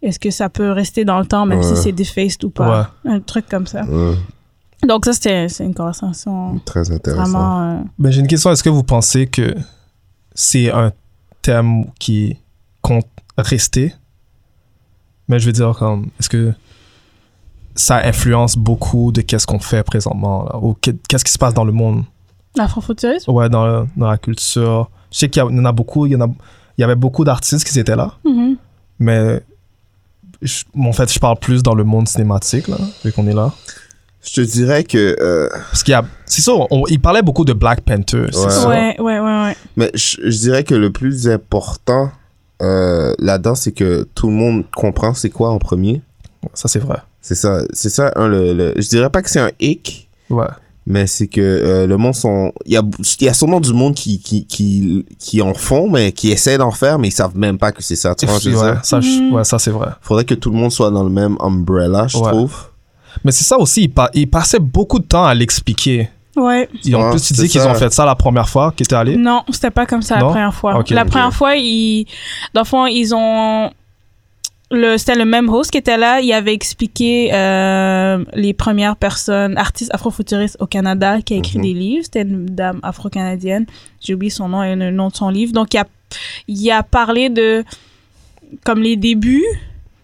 [SPEAKER 1] est-ce que ça peut rester dans le temps même
[SPEAKER 3] Ouais.
[SPEAKER 1] si c'est defaced ou pas un truc comme ça
[SPEAKER 3] Ouais,
[SPEAKER 1] donc ça c'était c'est une conversation
[SPEAKER 3] très intéressant.
[SPEAKER 1] vraiment euh,
[SPEAKER 2] Ben, j'ai une question. Est-ce que vous pensez que c'est un thème qui compte rester? Mais je veux dire, comme, est-ce que ça influence beaucoup de qu'est-ce qu'on fait présentement, là, ou qu'est- qu'est-ce qui se passe dans le monde?
[SPEAKER 1] l'afrofuturisme
[SPEAKER 2] Ouais, dans, le- dans la culture. Je sais qu'il y, a- il y en a beaucoup, il y, en a, il y avait beaucoup d'artistes qui étaient là,
[SPEAKER 1] Mhm.
[SPEAKER 2] mais je- en fait, je parle plus dans le monde cinématique, là, vu qu'on est là.
[SPEAKER 3] Je te dirais que. euh,
[SPEAKER 2] Parce qu'il y a. C'est ça, on- il parlait beaucoup de Black Panther. c'est
[SPEAKER 3] Ouais.
[SPEAKER 2] ça.
[SPEAKER 1] ouais ouais ouais ouais
[SPEAKER 3] mais je, je dirais que le plus important euh, là-dedans, c'est que tout le monde comprend c'est quoi en premier.
[SPEAKER 2] Ça, c'est vrai.
[SPEAKER 3] C'est ça. C'est ça, hein, le, le- Je dirais pas que c'est un hic,
[SPEAKER 2] Ouais.
[SPEAKER 3] Mais c'est que euh, le monde sont. Il y a, il y a sûrement du monde qui, qui, qui, qui en font, mais qui essaient d'en faire, mais ils savent même pas que c'est ça. Tu vois, je veux
[SPEAKER 2] Ouais,
[SPEAKER 3] dire?
[SPEAKER 2] hein. ça, je-
[SPEAKER 1] Mhm.
[SPEAKER 2] ouais, ça, c'est vrai.
[SPEAKER 3] Faudrait que tout le monde soit dans le même umbrella, je
[SPEAKER 2] Ouais.
[SPEAKER 3] trouve.
[SPEAKER 2] Mais c'est ça aussi, ils, pa- ils passaient beaucoup de temps à l'expliquer.
[SPEAKER 1] ouais
[SPEAKER 2] Ils ont
[SPEAKER 3] Ouais,
[SPEAKER 2] plus tu
[SPEAKER 3] c'est
[SPEAKER 2] dis qu'ils
[SPEAKER 3] ça.
[SPEAKER 2] ont fait ça la première fois qu'ils étaient allés.
[SPEAKER 1] Non, c'était pas comme ça
[SPEAKER 2] Non?
[SPEAKER 1] la première fois.
[SPEAKER 2] Ok,
[SPEAKER 1] la
[SPEAKER 2] ok.
[SPEAKER 1] première fois, ils, dans le fond, ils ont. Le, c'était le même host qui était là. Il avait expliqué euh, les premières personnes, artistes afrofuturistes au Canada qui a écrit
[SPEAKER 3] Mhm.
[SPEAKER 1] des livres. C'était une dame afro-canadienne. J'ai oublié son nom et le nom de son livre. Donc, il a, il a parlé de. comme les débuts,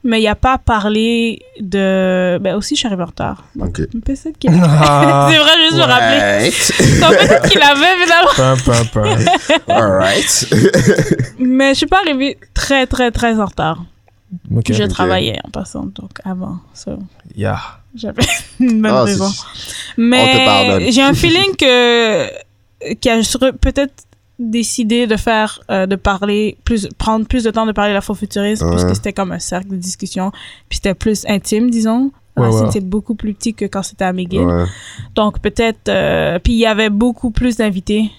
[SPEAKER 1] mais il a pas parlé de. Ben aussi, je suis arrivée en retard.
[SPEAKER 3] Ok.
[SPEAKER 1] Une petite qui-
[SPEAKER 2] Ah.
[SPEAKER 1] C'est vrai, je me suis rappelée. Donc, peut-être qu'il avait finalement.
[SPEAKER 2] Pum, pum, pum.
[SPEAKER 3] Alright.
[SPEAKER 1] Mais je suis pas arrivée très, très, très en retard.
[SPEAKER 2] Ok.
[SPEAKER 1] je
[SPEAKER 3] ok.
[SPEAKER 1] travaillais en passant, donc avant. So,
[SPEAKER 2] Yeah.
[SPEAKER 1] J'avais une bonne
[SPEAKER 3] Ah, c'est-
[SPEAKER 1] raison.
[SPEAKER 3] pardonne.
[SPEAKER 1] Mais j'ai un feeling que qui a sur- peut-être décidé de faire euh, de parler plus prendre plus de temps de parler de l'afrofuturisme
[SPEAKER 3] Ouais.
[SPEAKER 1] puisque c'était comme un cercle de discussion puis c'était plus intime disons
[SPEAKER 2] Ouais,
[SPEAKER 1] Racine,
[SPEAKER 2] ouais.
[SPEAKER 1] c'est beaucoup plus petit que quand c'était à McGill
[SPEAKER 3] Ouais.
[SPEAKER 1] donc peut-être, euh, puis il y avait beaucoup plus d'invités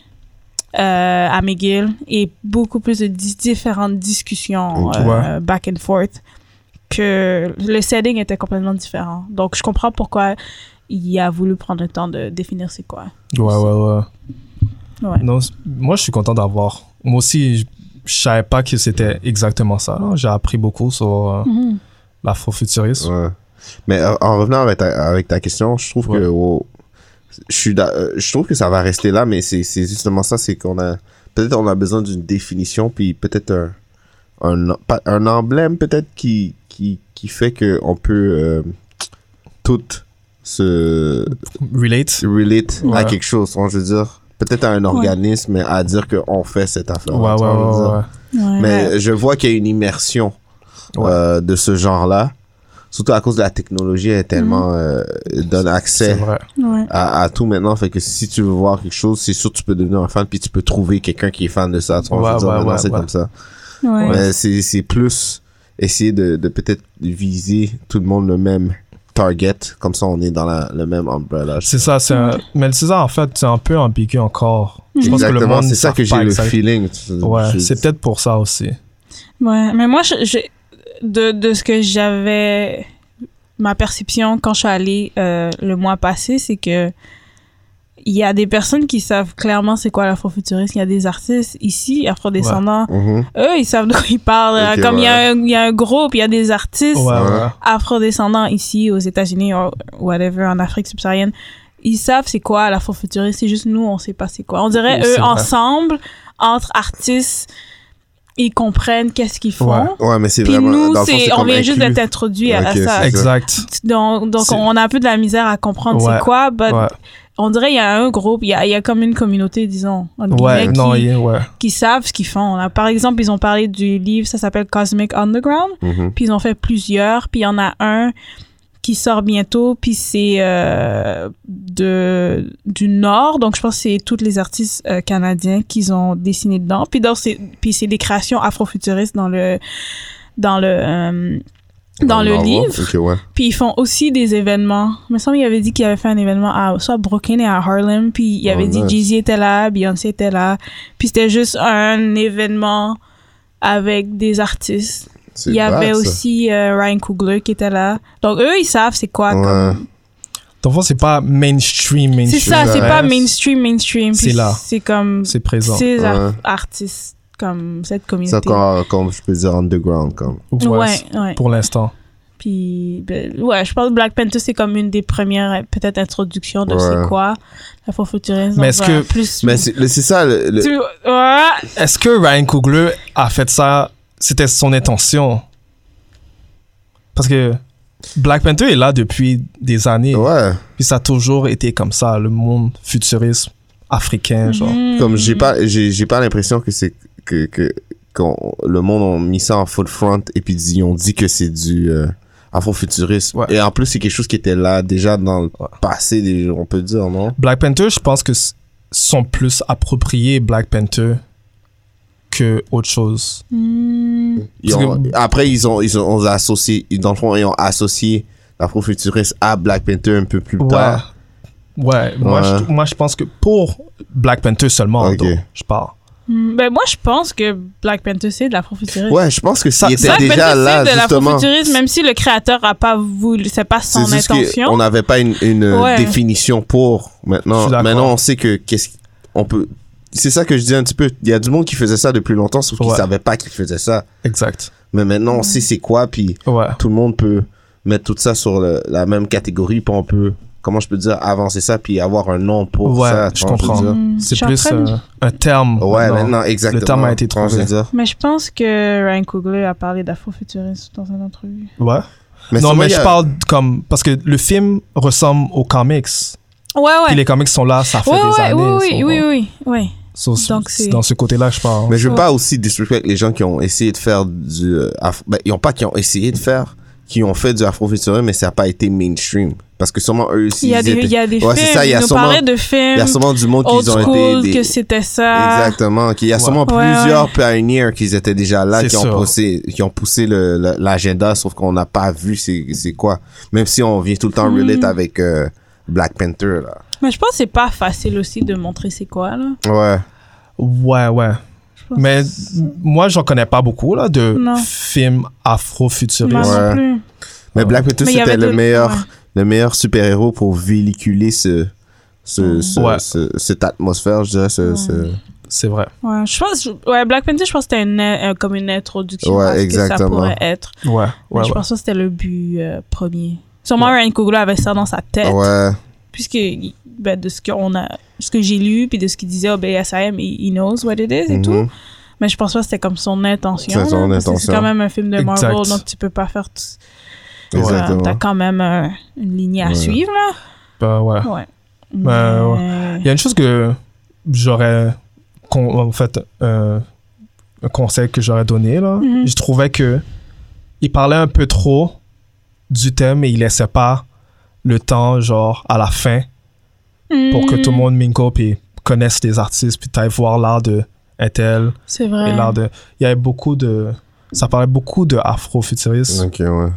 [SPEAKER 1] euh, à McGill et beaucoup plus de dis- différentes discussions
[SPEAKER 3] Ok.
[SPEAKER 1] euh, back and forth que le setting était complètement différent. Donc je comprends pourquoi il a voulu prendre le temps de définir c'est quoi.
[SPEAKER 2] Ouais, ouais, ouais.
[SPEAKER 1] Ouais.
[SPEAKER 2] Non, c- moi, je suis content d'avoir. Moi aussi, je, je savais pas que c'était exactement ça. là. J'ai appris beaucoup sur euh,
[SPEAKER 1] Mhm.
[SPEAKER 2] l'afrofuturisme.
[SPEAKER 3] Ouais. Mais euh, en revenant avec ta, avec ta question, je trouve que
[SPEAKER 2] Ouais.
[SPEAKER 3] oh, je suis d'a- euh, je trouve que ça va rester là, mais c'est c'est justement ça, c'est qu'on a peut-être on a besoin d'une définition puis peut-être un un, em- pas- un emblème peut-être qui, qui qui fait que on peut euh, tout se
[SPEAKER 2] Relate.
[SPEAKER 3] relate à
[SPEAKER 2] Ouais.
[SPEAKER 3] quelque chose. on je veux dire peut-être à un organisme, mais à dire qu'on fait cette affaire.
[SPEAKER 2] Ouais, ouais,
[SPEAKER 3] tu vois, je veux dire.
[SPEAKER 2] ouais, ouais.
[SPEAKER 1] Ouais.
[SPEAKER 3] Mais je vois qu'il y a une immersion
[SPEAKER 2] Ouais.
[SPEAKER 3] euh, de ce genre-là. Surtout à cause de la technologie, elle est tellement euh, donne
[SPEAKER 2] Mhm. C'est
[SPEAKER 3] accès
[SPEAKER 2] vrai.
[SPEAKER 1] Ouais.
[SPEAKER 3] à, à tout maintenant. Fait que si tu veux voir quelque chose, c'est sûr que tu peux devenir un fan, puis tu peux trouver quelqu'un qui est fan de ça. Tu vois, je
[SPEAKER 2] Ouais,
[SPEAKER 3] veux dire,
[SPEAKER 2] ouais,
[SPEAKER 3] maintenant,
[SPEAKER 2] ouais,
[SPEAKER 3] c'est
[SPEAKER 2] ouais.
[SPEAKER 3] comme ça.
[SPEAKER 1] Ouais.
[SPEAKER 3] Mais c'est c'est plus essayer de, de peut-être viser tout le monde le même target. Comme ça, on est dans la, le même umbrella.
[SPEAKER 2] C'est ça, c'est un- Mais le César, en fait, c'est un peu ambigu encore. Je pense que le
[SPEAKER 3] Exactement,
[SPEAKER 2] monde.
[SPEAKER 3] c'est ça
[SPEAKER 2] savent
[SPEAKER 3] que j'ai
[SPEAKER 2] pas
[SPEAKER 3] le
[SPEAKER 2] exact-
[SPEAKER 3] feeling.
[SPEAKER 2] Ouais,
[SPEAKER 3] Je-
[SPEAKER 2] c'est peut-être pour ça aussi.
[SPEAKER 1] Ouais, mais moi, je, je- de, de ce que j'avais, ma perception quand je suis allée euh, le mois passé, c'est que il y a des personnes qui savent clairement c'est quoi l'afrofuturisme. Il y a des artistes ici, afrodescendants,
[SPEAKER 3] Mhm.
[SPEAKER 1] eux, ils savent de quoi ils parlent.
[SPEAKER 3] Ok,
[SPEAKER 1] Comme il y a
[SPEAKER 3] ouais.
[SPEAKER 1] un- il y, a un groupe, il y a des artistes
[SPEAKER 2] Ouais, ouais.
[SPEAKER 1] afrodescendants ici, aux États-Unis, ou whatever, en Afrique subsaharienne. Ils savent c'est quoi l'afrofuturisme, c'est juste nous, on sait pas c'est quoi. On dirait
[SPEAKER 2] Oui, c'est
[SPEAKER 1] eux,
[SPEAKER 2] vrai.
[SPEAKER 1] ensemble, entre artistes, ils comprennent qu'est-ce qu'ils font.
[SPEAKER 2] Ouais.
[SPEAKER 3] Ouais, mais c'est
[SPEAKER 1] Puis
[SPEAKER 3] vraiment.
[SPEAKER 1] nous,
[SPEAKER 3] dans le fond,
[SPEAKER 1] c'est, on
[SPEAKER 3] comme
[SPEAKER 1] vient juste
[SPEAKER 3] inclus.
[SPEAKER 1] d'être introduit à
[SPEAKER 3] Ok,
[SPEAKER 1] ça.
[SPEAKER 3] c'est ça.
[SPEAKER 2] Exact.
[SPEAKER 1] Donc, donc
[SPEAKER 2] C'est-
[SPEAKER 1] on a un peu de la misère à comprendre
[SPEAKER 2] Ouais,
[SPEAKER 1] c'est quoi, but
[SPEAKER 2] Ouais.
[SPEAKER 1] on dirait qu'il y a un groupe, il y a, il y a comme une communauté, disons, entre
[SPEAKER 2] Ouais,
[SPEAKER 1] guillemets,
[SPEAKER 2] non,
[SPEAKER 1] qui,
[SPEAKER 2] il est- ouais.
[SPEAKER 1] qui savent ce qu'ils font. Là, par exemple, ils ont parlé du livre, ça s'appelle Cosmic Underground,
[SPEAKER 3] Mhm.
[SPEAKER 1] puis ils ont fait plusieurs, puis il y en a un qui sort bientôt, puis c'est euh, de du Nord, donc je pense que c'est tous les artistes euh, canadiens qu'ils ont dessiné dedans. Puis dans c'est puis c'est des créations afrofuturistes dans le dans le euh, dans le
[SPEAKER 3] Marvel.
[SPEAKER 1] livre.
[SPEAKER 3] Ok, ouais.
[SPEAKER 1] Puis ils font aussi des événements. Il me semble qu'il avait dit qu'il avait fait un événement à soit Brooklyn et à Harlem. Puis il
[SPEAKER 3] Oh,
[SPEAKER 1] avait dit
[SPEAKER 3] nice.
[SPEAKER 1] Jay-Z était là, Beyoncé était là. Puis c'était juste un événement avec des artistes.
[SPEAKER 3] C'est
[SPEAKER 1] Il y
[SPEAKER 3] bad,
[SPEAKER 1] avait
[SPEAKER 3] ça.
[SPEAKER 1] aussi euh, Ryan Coogler qui était là. Donc eux, ils savent c'est quoi. comme-
[SPEAKER 3] Ouais.
[SPEAKER 2] Dans le fond, c'est pas mainstream, mainstream.
[SPEAKER 1] C'est ça, c'est
[SPEAKER 3] Ouais.
[SPEAKER 1] pas mainstream, mainstream. Puis
[SPEAKER 2] C'est là.
[SPEAKER 1] C'est comme
[SPEAKER 2] C'est présent.
[SPEAKER 1] ces ar-
[SPEAKER 3] Ouais.
[SPEAKER 1] artistes, comme cette
[SPEAKER 3] C'est
[SPEAKER 1] communauté.
[SPEAKER 3] encore, comme je peux dire, underground, comme.
[SPEAKER 2] Ouais,
[SPEAKER 1] Ouais,
[SPEAKER 2] c'est-
[SPEAKER 1] ouais.
[SPEAKER 2] Pour l'instant.
[SPEAKER 1] Puis, ben, ouais, je pense que Black Panther, c'est comme une des premières, euh, peut-être, introductions de
[SPEAKER 3] Ouais.
[SPEAKER 1] c'est quoi la fois futuriste. Donc,
[SPEAKER 2] Mais est-ce
[SPEAKER 1] voilà,
[SPEAKER 2] que-
[SPEAKER 1] Plus,
[SPEAKER 3] Mais c'est le- c'est ça, le, le-
[SPEAKER 1] Tu- Ouais.
[SPEAKER 2] Est-ce que Ryan Coogler a fait ça C'était son intention Parce que Black Panther est là depuis des années.
[SPEAKER 3] Ouais.
[SPEAKER 2] Puis ça a toujours été comme ça, le monde futuriste africain, genre.
[SPEAKER 1] Mm-hmm. Mm.
[SPEAKER 3] Comme j'ai pas, j'ai j'ai pas l'impression que c'est que, que qu'on- le monde ont mis ça en full front et puis ils ont dit que c'est du euh, afro-futurisme.
[SPEAKER 2] Ouais.
[SPEAKER 3] Et en plus, c'est quelque chose qui était là déjà dans le passé, des- on peut dire, non?
[SPEAKER 2] Black Panther, je pense que s- sont plus appropriés Black Panther que autre chose.
[SPEAKER 1] Hmm.
[SPEAKER 3] Ils
[SPEAKER 2] Parce
[SPEAKER 3] ont-
[SPEAKER 2] que-
[SPEAKER 3] Après, ils ont, ils ont, on les a associé, dans le fond, ils ont associé l'afrofuturisme à Black Panther un peu plus
[SPEAKER 2] Ouais.
[SPEAKER 3] tard.
[SPEAKER 2] Ouais, Moi,
[SPEAKER 3] Ouais.
[SPEAKER 2] je, moi je pense que pour Black Panther seulement,
[SPEAKER 3] Ok.
[SPEAKER 2] donc, je parle.
[SPEAKER 1] Hmm, Ben, moi, je pense que Black Panther, c'est de l'afrofuturisme.
[SPEAKER 3] Ouais, je pense que ça,
[SPEAKER 2] Ça-
[SPEAKER 3] il était
[SPEAKER 1] Black
[SPEAKER 3] déjà
[SPEAKER 1] Panther,
[SPEAKER 3] là,
[SPEAKER 1] c'est de
[SPEAKER 3] justement.
[SPEAKER 1] l'afrofuturisme, même si le créateur a pas voulu, c'est pas son
[SPEAKER 3] C'est juste
[SPEAKER 1] intention.
[SPEAKER 3] qu'on n'avait pas une, une
[SPEAKER 1] Ouais.
[SPEAKER 3] définition pour
[SPEAKER 2] Je
[SPEAKER 3] maintenant.
[SPEAKER 2] suis d'accord.
[SPEAKER 3] Maintenant, on sait que qu'est-ce on peut. C'est ça que je dis un petit peu. Il y a du monde qui faisait ça depuis longtemps, sauf qu'ils
[SPEAKER 2] Ouais.
[SPEAKER 3] savaient pas qu'ils faisaient ça.
[SPEAKER 2] Exact.
[SPEAKER 3] Mais maintenant, on sait c'est quoi, puis
[SPEAKER 2] Ouais.
[SPEAKER 3] tout le monde peut mettre tout ça sur le- la même catégorie, puis on peut, comment je peux dire, avancer ça, puis avoir un nom pour
[SPEAKER 2] Ouais,
[SPEAKER 3] ça.
[SPEAKER 2] je
[SPEAKER 3] tu vois, peux
[SPEAKER 2] comprends.
[SPEAKER 3] dire.
[SPEAKER 1] Hmm, je
[SPEAKER 2] C'est
[SPEAKER 1] suis en
[SPEAKER 2] plus
[SPEAKER 1] train de-
[SPEAKER 2] euh, un terme.
[SPEAKER 3] Ouais,
[SPEAKER 2] maintenant.
[SPEAKER 3] maintenant, exactement.
[SPEAKER 2] Le terme a été
[SPEAKER 3] Tu vois, je veux
[SPEAKER 2] trouvé.
[SPEAKER 3] dire.
[SPEAKER 1] Mais je pense que Ryan Coogler a parlé d'afrofuturisme dans un entrevue.
[SPEAKER 2] Ouais.
[SPEAKER 3] Mais
[SPEAKER 2] non,
[SPEAKER 3] c'est vrai,
[SPEAKER 2] mais
[SPEAKER 3] il y
[SPEAKER 2] je
[SPEAKER 3] a-
[SPEAKER 2] parle comme. Parce que le film ressemble aux comics.
[SPEAKER 1] Ouais,
[SPEAKER 2] Puis
[SPEAKER 1] ouais.
[SPEAKER 2] les comics sont là, ça fait
[SPEAKER 1] Ouais,
[SPEAKER 2] des
[SPEAKER 1] ouais,
[SPEAKER 2] années.
[SPEAKER 1] oui, oui,
[SPEAKER 2] so-
[SPEAKER 1] oui, oui, oui.
[SPEAKER 2] so- so-
[SPEAKER 1] Donc, c'est-
[SPEAKER 2] dans ce côté-là, je parle.
[SPEAKER 3] Mais je veux
[SPEAKER 1] Ouais.
[SPEAKER 3] pas aussi disrespect les gens qui ont essayé de faire du. euh, afro- ben, ils ont pas qui ont essayé de faire, qui ont fait du afrofuturisme, mais ça n'a pas été mainstream. Parce que sûrement eux aussi.
[SPEAKER 1] Il y a
[SPEAKER 3] ils
[SPEAKER 1] des,
[SPEAKER 3] étaient-
[SPEAKER 1] il y a des
[SPEAKER 3] Ouais, c'est
[SPEAKER 1] films.
[SPEAKER 3] ça, il y a
[SPEAKER 1] Ils nous
[SPEAKER 3] sûrement-
[SPEAKER 1] parlaient de
[SPEAKER 3] il y a
[SPEAKER 1] films
[SPEAKER 3] sûrement du monde
[SPEAKER 1] old
[SPEAKER 3] qui ont
[SPEAKER 1] school,
[SPEAKER 3] été. des-
[SPEAKER 1] que c'était ça.
[SPEAKER 3] Exactement. qu'il y a
[SPEAKER 2] Ouais.
[SPEAKER 3] sûrement
[SPEAKER 1] Ouais,
[SPEAKER 3] plusieurs pioneers qui étaient déjà là,
[SPEAKER 2] C'est
[SPEAKER 3] qui ont,
[SPEAKER 2] sûr.
[SPEAKER 3] poussé, qui ont poussé le- le- l'agenda, sauf qu'on n'a pas vu c'est c'est quoi. Même si on vient tout le temps
[SPEAKER 1] Mm.
[SPEAKER 3] relate avec euh, Black Panther, là.
[SPEAKER 1] Mais je pense que c'est pas facile aussi de montrer c'est quoi, là.
[SPEAKER 3] Ouais.
[SPEAKER 2] Ouais, ouais.
[SPEAKER 1] Je pense-
[SPEAKER 2] Mais m- moi, j'en connais pas beaucoup, là, de
[SPEAKER 1] Non.
[SPEAKER 2] films
[SPEAKER 1] Moi
[SPEAKER 2] afro-futuristes.
[SPEAKER 3] Ouais.
[SPEAKER 1] non plus.
[SPEAKER 3] Mais Black Panther,
[SPEAKER 1] Mais il y
[SPEAKER 3] c'était
[SPEAKER 1] avait
[SPEAKER 3] le
[SPEAKER 1] d'autres-
[SPEAKER 3] meilleur,
[SPEAKER 1] ouais.
[SPEAKER 3] le meilleur super-héros pour véhiculer ce,
[SPEAKER 1] Mm.
[SPEAKER 3] ce, ce-
[SPEAKER 2] Ouais.
[SPEAKER 3] ce- cette atmosphère, je dirais. Ce, ce-
[SPEAKER 2] C'est vrai.
[SPEAKER 1] Ouais, je pense, ouais, Black Panther, je pense que c'était une, euh, comme une introduction
[SPEAKER 3] Ouais,
[SPEAKER 1] à ce que ça
[SPEAKER 3] exactement.
[SPEAKER 1] pourrait être.
[SPEAKER 2] Ouais,
[SPEAKER 1] Mais
[SPEAKER 2] ouais,
[SPEAKER 1] je
[SPEAKER 2] ouais.
[SPEAKER 1] pense que c'était le but euh, premier. Sûrement Ryan Coogler avait ça dans sa tête,
[SPEAKER 3] Ah Ouais.
[SPEAKER 1] puisque ben, de ce que on a, ce que j'ai lu puis de ce qu'il disait, oh, ben, SIM, he he knows what it is et
[SPEAKER 3] Mhm.
[SPEAKER 1] tout. Mais je pense pas que c'était comme son intention.
[SPEAKER 3] C'est son
[SPEAKER 1] là, parce que
[SPEAKER 3] intention.
[SPEAKER 1] C'est quand même un film de Marvel,
[SPEAKER 2] Exact.
[SPEAKER 1] donc tu peux pas faire tout.
[SPEAKER 3] Exactement.
[SPEAKER 1] Voilà, T'as quand même euh, une ligne à
[SPEAKER 3] Ouais.
[SPEAKER 1] suivre là.
[SPEAKER 2] Bah, ouais.
[SPEAKER 1] Ouais.
[SPEAKER 2] Ben, Il y a une chose que j'aurais. qu'on- En fait, euh, un conseil que j'aurais donné, là.
[SPEAKER 1] Mhm.
[SPEAKER 2] Je trouvais que. Il parlait un peu trop du thème et il laissait pas le temps, genre, à la fin pour que tout
[SPEAKER 1] Mm-hmm.
[SPEAKER 2] le monde mingle puis connaisse les artistes puis t'ailles voir l'art de un tel
[SPEAKER 1] hmm, C'est
[SPEAKER 2] et
[SPEAKER 1] vrai.
[SPEAKER 2] l'art de il y avait beaucoup de ça parlait beaucoup de afrofuturisme
[SPEAKER 3] Ok, ouais.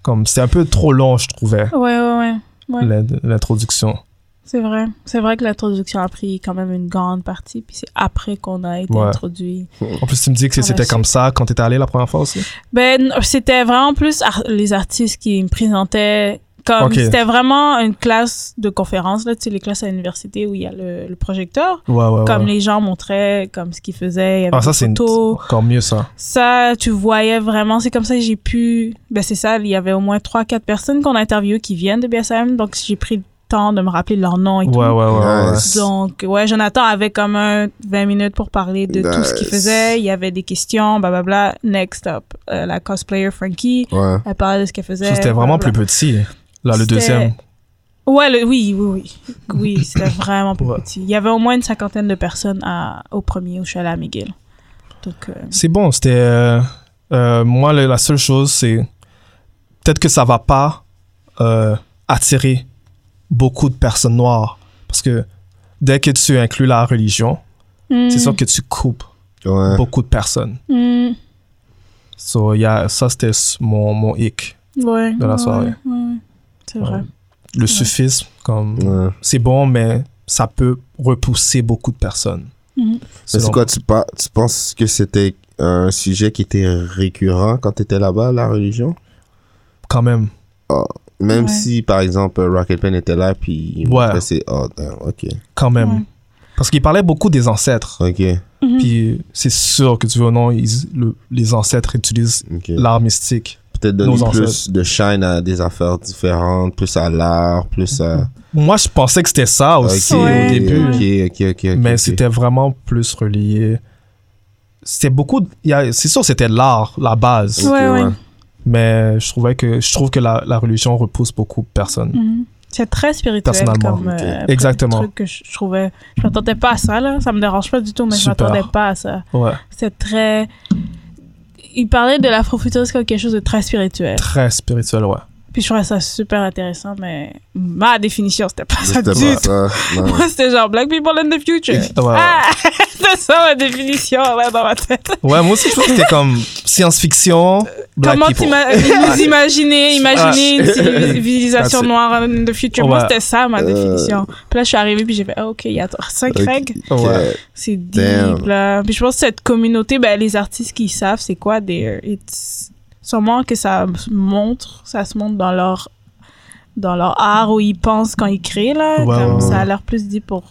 [SPEAKER 2] comme c'était un peu trop long je trouvais
[SPEAKER 1] Ouais, ouais, ouais. Ouais.
[SPEAKER 2] l'in- l'introduction
[SPEAKER 1] C'est vrai. C'est vrai que l'introduction a pris quand même une grande partie, puis c'est après qu'on a été
[SPEAKER 2] Ouais.
[SPEAKER 1] introduit.
[SPEAKER 2] en plus tu me dis que
[SPEAKER 1] Ah,
[SPEAKER 2] c'était
[SPEAKER 1] bah,
[SPEAKER 2] comme ça quand t'étais allé la première fois aussi
[SPEAKER 1] Ben, c'était vraiment plus ar- les artistes qui me présentaient. Comme
[SPEAKER 2] Ok.
[SPEAKER 1] c'était vraiment une classe de conférence, là, tu sais, les classes à l'université où il y a le, le projecteur.
[SPEAKER 2] ouais
[SPEAKER 1] Comme
[SPEAKER 2] ouais Ah ouais.
[SPEAKER 1] les gens montraient, comme ce qu'ils faisaient. il y avait
[SPEAKER 2] ah ça
[SPEAKER 1] des
[SPEAKER 2] c'est une-
[SPEAKER 1] photos.
[SPEAKER 2] encore mieux ça
[SPEAKER 1] Ça, tu voyais vraiment, c'est comme ça que j'ai pu. Ben, c'est ça, il y avait au moins 3-4 personnes qu'on a interviewées qui viennent de BSM, donc j'ai pris le temps de me rappeler leur nom et
[SPEAKER 2] ouais
[SPEAKER 1] tout.
[SPEAKER 2] ouais ouais, ouais,
[SPEAKER 3] Nice.
[SPEAKER 1] Donc, ouais, Jonathan avait comme un 20 minutes pour parler de tout ce qu'il
[SPEAKER 3] Nice.
[SPEAKER 1] faisait. Il y avait des questions, blablabla. Next up, euh, la cosplayer Frankie,
[SPEAKER 3] Ouais.
[SPEAKER 1] elle parlait de ce qu'elle faisait.
[SPEAKER 2] Ça, c'était vraiment plus
[SPEAKER 1] blablabla.
[SPEAKER 2] petit là le
[SPEAKER 1] C'était-
[SPEAKER 2] deuxième
[SPEAKER 1] Ouais, le- oui, oui, oui. Oui, c'était vraiment plus
[SPEAKER 2] Ouais.
[SPEAKER 1] petit. Il y avait au moins une cinquantaine de personnes à, au premier, au chalet à McGill. Donc, euh,
[SPEAKER 2] C'est bon, c'était. euh, euh, moi, le- la seule chose, c'est. Peut-être que ça va pas euh, attirer beaucoup de personnes noires. Parce que dès que tu inclus la religion, c'est
[SPEAKER 1] hmm,
[SPEAKER 2] sûr que tu coupes
[SPEAKER 3] Ouais.
[SPEAKER 2] beaucoup de personnes.
[SPEAKER 1] hmm.
[SPEAKER 2] So, y a- ça, c'était s- mon, mon hic.
[SPEAKER 1] Ouais,
[SPEAKER 2] de la
[SPEAKER 1] ouais,
[SPEAKER 2] soirée.
[SPEAKER 1] ouais, ouais. C'est vrai.
[SPEAKER 2] Ouais. Le suffisme, comme.
[SPEAKER 3] Ouais.
[SPEAKER 2] C'est bon, mais ça peut repousser beaucoup de personnes.
[SPEAKER 1] Mhm.
[SPEAKER 3] Mais
[SPEAKER 2] Selon-
[SPEAKER 3] c'est quoi, tu, pa- tu penses que c'était un sujet qui était récurrent quand tu étais là-bas, la religion? Ah,
[SPEAKER 2] quand même.
[SPEAKER 3] Même
[SPEAKER 1] Ouais.
[SPEAKER 3] si, par exemple, Rocket Pen était là, puis il
[SPEAKER 2] Ouais.
[SPEAKER 3] montrait ses- Oh, damn, ok.
[SPEAKER 2] Quand même.
[SPEAKER 1] Ouais.
[SPEAKER 2] Parce qu'il parlait beaucoup des ancêtres.
[SPEAKER 3] Ok,
[SPEAKER 1] mm.
[SPEAKER 3] Mm.
[SPEAKER 2] Puis euh, c'est sûr que tu veux ou non, ils- le- les ancêtres utilisent
[SPEAKER 3] ok.
[SPEAKER 2] l'art mystique.
[SPEAKER 3] Peut-être donner
[SPEAKER 2] Nos
[SPEAKER 3] plus
[SPEAKER 2] ancêtres.
[SPEAKER 3] de shine à des affaires différentes, plus à l'art, plus à...
[SPEAKER 2] Moi, je pensais que c'était ça aussi
[SPEAKER 3] Ok,
[SPEAKER 1] Oh, Ouais.
[SPEAKER 2] au début.
[SPEAKER 3] Ok, ok, ok. ok,
[SPEAKER 2] mais
[SPEAKER 3] ok.
[SPEAKER 2] c'était vraiment plus relié. C'était beaucoup. de- il y a- C'est sûr, c'était l'art, la base.
[SPEAKER 3] Ok,
[SPEAKER 1] Ouais, ouais.
[SPEAKER 2] Mais je, trouvais que, je trouve que la, la religion repousse beaucoup de personnes.
[SPEAKER 1] Mhm. C'est très spirituel
[SPEAKER 2] Personnellement,
[SPEAKER 1] comme
[SPEAKER 3] ok.
[SPEAKER 1] euh,
[SPEAKER 2] Exactement.
[SPEAKER 1] truc que je je trouvais. Je m'attendais pas à ça, là. Ça me dérange pas du tout, mais je
[SPEAKER 2] Super.
[SPEAKER 1] m'attendais pas à ça.
[SPEAKER 3] Mm.
[SPEAKER 2] Ouais.
[SPEAKER 1] C'est très. Il parlait de l'afrofuturisme comme quelque chose de très spirituel.
[SPEAKER 2] Très spirituel, ouais.
[SPEAKER 1] Puis je trouvais ça super intéressant, mais ma définition, c'était pas ça
[SPEAKER 3] C'était
[SPEAKER 1] du
[SPEAKER 3] pas
[SPEAKER 1] tout.
[SPEAKER 3] ça, non.
[SPEAKER 1] Moi, c'était genre Black people in the future.
[SPEAKER 2] Ouais, ouais.
[SPEAKER 1] Ah, c'est ça ma définition là dans ma tête.
[SPEAKER 2] Ouais, moi aussi, je trouve que c'était comme science-fiction, black
[SPEAKER 1] Comment
[SPEAKER 2] people.
[SPEAKER 1] t'ima- nous imaginer, imaginer une civilisation
[SPEAKER 2] Ah, c'est-
[SPEAKER 1] noire in the future. Moi,
[SPEAKER 2] Ouais.
[SPEAKER 1] c'était ça ma
[SPEAKER 3] Euh.
[SPEAKER 1] définition. Puis là, je suis arrivée, puis j'ai fait, ah, ok, il y a 5
[SPEAKER 3] Ok.
[SPEAKER 1] règles.
[SPEAKER 3] Ok.
[SPEAKER 2] Ouais.
[SPEAKER 1] C'est
[SPEAKER 3] Damn.
[SPEAKER 1] deep, là. Puis je pense que cette communauté, ben, les artistes qui savent c'est quoi des... it's- Sûrement que ça se montre, ça se montre dans leur, dans leur art où ils pensent quand ils créent, là.
[SPEAKER 2] Ouais,
[SPEAKER 1] Comme
[SPEAKER 2] ouais, ouais.
[SPEAKER 1] Ça a l'air plus dit pour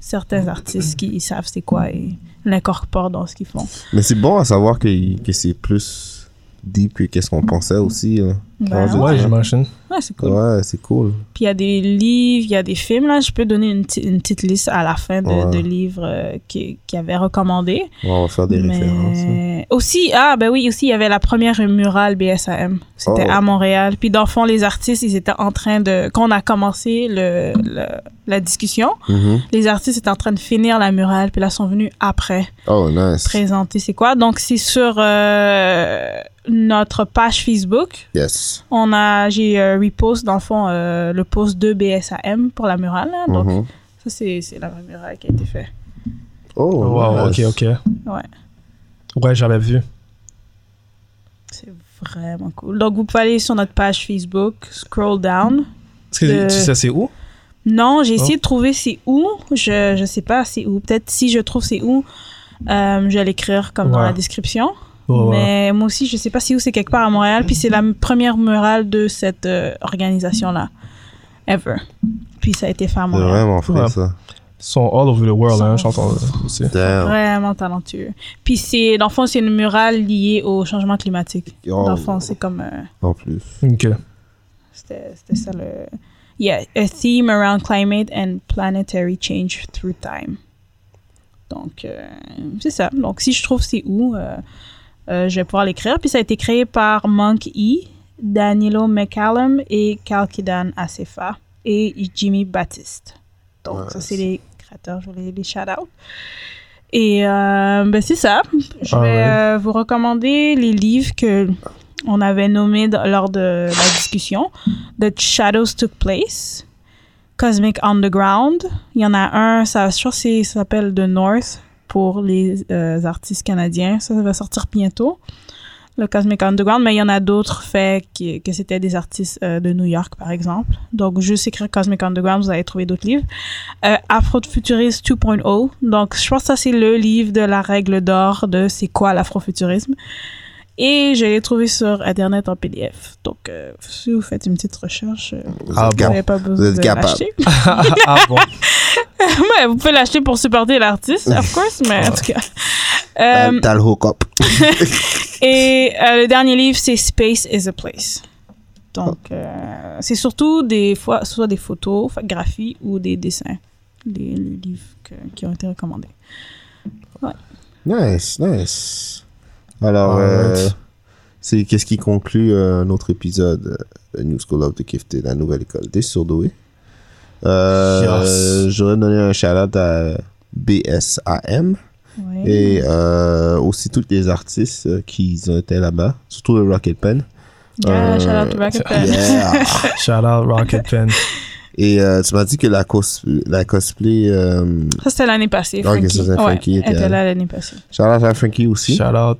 [SPEAKER 1] certains artistes qui savent c'est quoi et l'incorporent dans ce qu'ils font.
[SPEAKER 3] Mais c'est bon à savoir que, que c'est plus deep que qu'est-ce qu'on pensait aussi. là.
[SPEAKER 1] Ben,
[SPEAKER 3] Ouais,
[SPEAKER 1] ouais,
[SPEAKER 2] Ouais, j'imagine.
[SPEAKER 1] Ouais, c'est cool.
[SPEAKER 3] Ouais, c'est cool.
[SPEAKER 1] Puis il y a des livres, il y a des films, là. Je peux donner une, ti- une petite liste à la fin de,
[SPEAKER 3] Ouais.
[SPEAKER 1] de livres euh, qui, qui avaient recommandé.
[SPEAKER 3] On va faire des références. hein.
[SPEAKER 1] Mais aussi, ah ben oui, aussi, il y avait la première murale BSAM. C'était
[SPEAKER 3] Oh.
[SPEAKER 1] à Montréal. Puis dans le fond, les artistes, ils étaient en train de... Quand on a commencé le, le- la discussion,
[SPEAKER 3] Mhm.
[SPEAKER 1] les artistes étaient en train de finir la murale. Puis là, sont venus après
[SPEAKER 3] Oh, nice.
[SPEAKER 1] présenter c'est quoi. Donc, c'est sur euh, notre page Facebook.
[SPEAKER 3] Yes.
[SPEAKER 1] On a... J'ai euh, repost, dans le fond, euh, le post de BSAM pour la murale. là. Donc,
[SPEAKER 3] Mhm.
[SPEAKER 1] ça, c'est c'est la vraie murale qui a été faite.
[SPEAKER 3] Oh,
[SPEAKER 2] Wow, ok,
[SPEAKER 3] nice.
[SPEAKER 2] ok. Ouais, j'avais vu.
[SPEAKER 1] C'est vraiment cool. Donc, vous pouvez aller sur notre page Facebook, scroll down.
[SPEAKER 2] Est-ce que
[SPEAKER 1] Euh,
[SPEAKER 2] tu sais c'est où?
[SPEAKER 1] Non, j'ai
[SPEAKER 2] Oh.
[SPEAKER 1] essayé de trouver c'est où. Je je sais pas c'est où. Peut-être si je trouve c'est où, euh, je vais l'écrire comme dans
[SPEAKER 2] Ouais.
[SPEAKER 1] la description.
[SPEAKER 2] Ouais, ouais.
[SPEAKER 1] Mais moi aussi, je sais pas c'est où. C'est quelque part à Montréal. Puis c'est la m- première murale de cette euh, organisation-là. Ever. Puis ça a été fait à
[SPEAKER 3] C'est
[SPEAKER 1] Montréal.
[SPEAKER 3] vraiment frais,
[SPEAKER 2] Ouais.
[SPEAKER 3] ça.
[SPEAKER 2] Ils sont all over the world, hein,
[SPEAKER 1] Ils sont-
[SPEAKER 2] j'entends aussi.
[SPEAKER 3] Damn.
[SPEAKER 1] Vraiment talentueux. Puis c'est, dans le fond, c'est une murale liée au changement climatique.
[SPEAKER 3] Oh,
[SPEAKER 1] Dans le fond, c'est comme... euh,
[SPEAKER 3] en plus.
[SPEAKER 2] Ok.
[SPEAKER 1] C'était c'était ça le. Yeah, a theme around climate and planetary change through time. Donc, euh, c'est ça. Donc, si je trouve c'est où, euh, euh, je vais pouvoir l'écrire. Puis, ça a été créé par Monk E, Danilo McCallum et Kalkidan Acefa et Jimmy Baptiste. Donc, ça, c'est les créateurs. Je voulais les shout-out. Et euh, ben, c'est ça. Je vais
[SPEAKER 2] Alright.
[SPEAKER 1] euh, vous recommander les livres que on avait nommés dans- lors de la discussion. The Shadows Took Place, Cosmic Underground. Il y en a un, ça, je crois que c'est- ça s'appelle The North pour les euh, artistes canadiens. Ça, ça va sortir bientôt, le Cosmic Underground. Mais il y en a d'autres faits qui, que c'était des artistes euh, de New York, par exemple. Donc, juste écrire Cosmic Underground, vous allez trouver d'autres livres. Euh, Afrofuturiste 2.0. Donc, je pense que ça, c'est le livre de la règle d'or de c'est quoi l'afrofuturisme. Et je l'ai trouvé sur Internet en PDF. Donc, euh, si vous faites une petite recherche, euh,
[SPEAKER 3] Vous êtes
[SPEAKER 2] Ah bon.
[SPEAKER 1] vous
[SPEAKER 3] cap-
[SPEAKER 1] n'avez pas
[SPEAKER 3] Vous
[SPEAKER 1] besoin
[SPEAKER 3] êtes
[SPEAKER 1] de
[SPEAKER 3] capable.
[SPEAKER 1] l'acheter.
[SPEAKER 2] ah bon?
[SPEAKER 1] Ouais, vous pouvez l'acheter pour supporter l'artiste, of course, mais en tout cas.
[SPEAKER 3] T'as
[SPEAKER 1] Euh,
[SPEAKER 3] t'as le hook-up.
[SPEAKER 1] et euh, le dernier livre, c'est Space is a Place. Donc, euh, c'est surtout des fois, soit des photos, fa- graphies ou des dessins, les, les livres que- qui ont été recommandés.
[SPEAKER 3] Nice, nice. Alors,
[SPEAKER 2] Alright.
[SPEAKER 3] euh, c'est qu'est-ce qui conclut euh, notre épisode euh, New School of the Gifted, la nouvelle école des surdoués. Euh,
[SPEAKER 2] Yes.
[SPEAKER 3] J'aurais donné un shout-out à BSAM
[SPEAKER 1] Ouais.
[SPEAKER 3] et euh, aussi tous les artistes euh, qui étaient là-bas, surtout le Rocket Pen.
[SPEAKER 1] Yeah,
[SPEAKER 3] euh,
[SPEAKER 1] Ah, shout out to Rocket Pen.
[SPEAKER 3] Yeah.
[SPEAKER 2] Shout out Rocket Pen.
[SPEAKER 3] et euh, tu m'as dit que la, cos la cosplay. Euh,
[SPEAKER 1] Ça, c'était l'année passée.
[SPEAKER 3] Ok,
[SPEAKER 1] Frankie.
[SPEAKER 3] ça, c'est
[SPEAKER 1] Ouais,
[SPEAKER 3] Frankie était
[SPEAKER 1] elle était
[SPEAKER 3] là.
[SPEAKER 1] là l'année passée.
[SPEAKER 3] shout-out à Frankie aussi.
[SPEAKER 2] Shout out.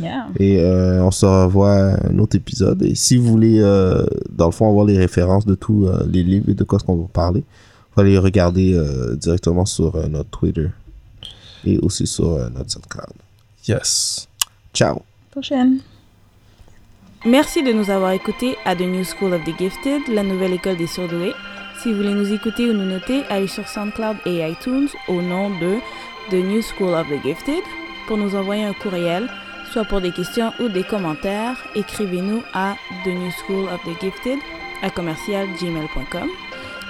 [SPEAKER 1] Yeah.
[SPEAKER 3] Et euh, on se revoit à un autre épisode. Et si vous voulez, euh, dans le fond, avoir les références de tous euh, les livres et de quoi ce qu'on va parler, vous allez les regarder euh, directement sur euh, notre Twitter et aussi sur euh, notre SoundCloud.
[SPEAKER 2] Yes.
[SPEAKER 3] Ciao.
[SPEAKER 1] Prochaine.
[SPEAKER 4] Merci de nous avoir écoutés à The New School of the Gifted, la nouvelle école des surdoués. Si vous voulez nous écouter ou nous noter, allez sur SoundCloud et iTunes au nom de The New School of the Gifted. Pour nous envoyer un courriel, soit pour des questions ou des commentaires, écrivez-nous à The New School of the Gifted à commercialgmail.com.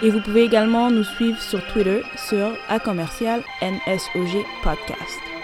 [SPEAKER 4] Et vous pouvez également nous suivre sur Twitter sur à commercial NSOG Podcast.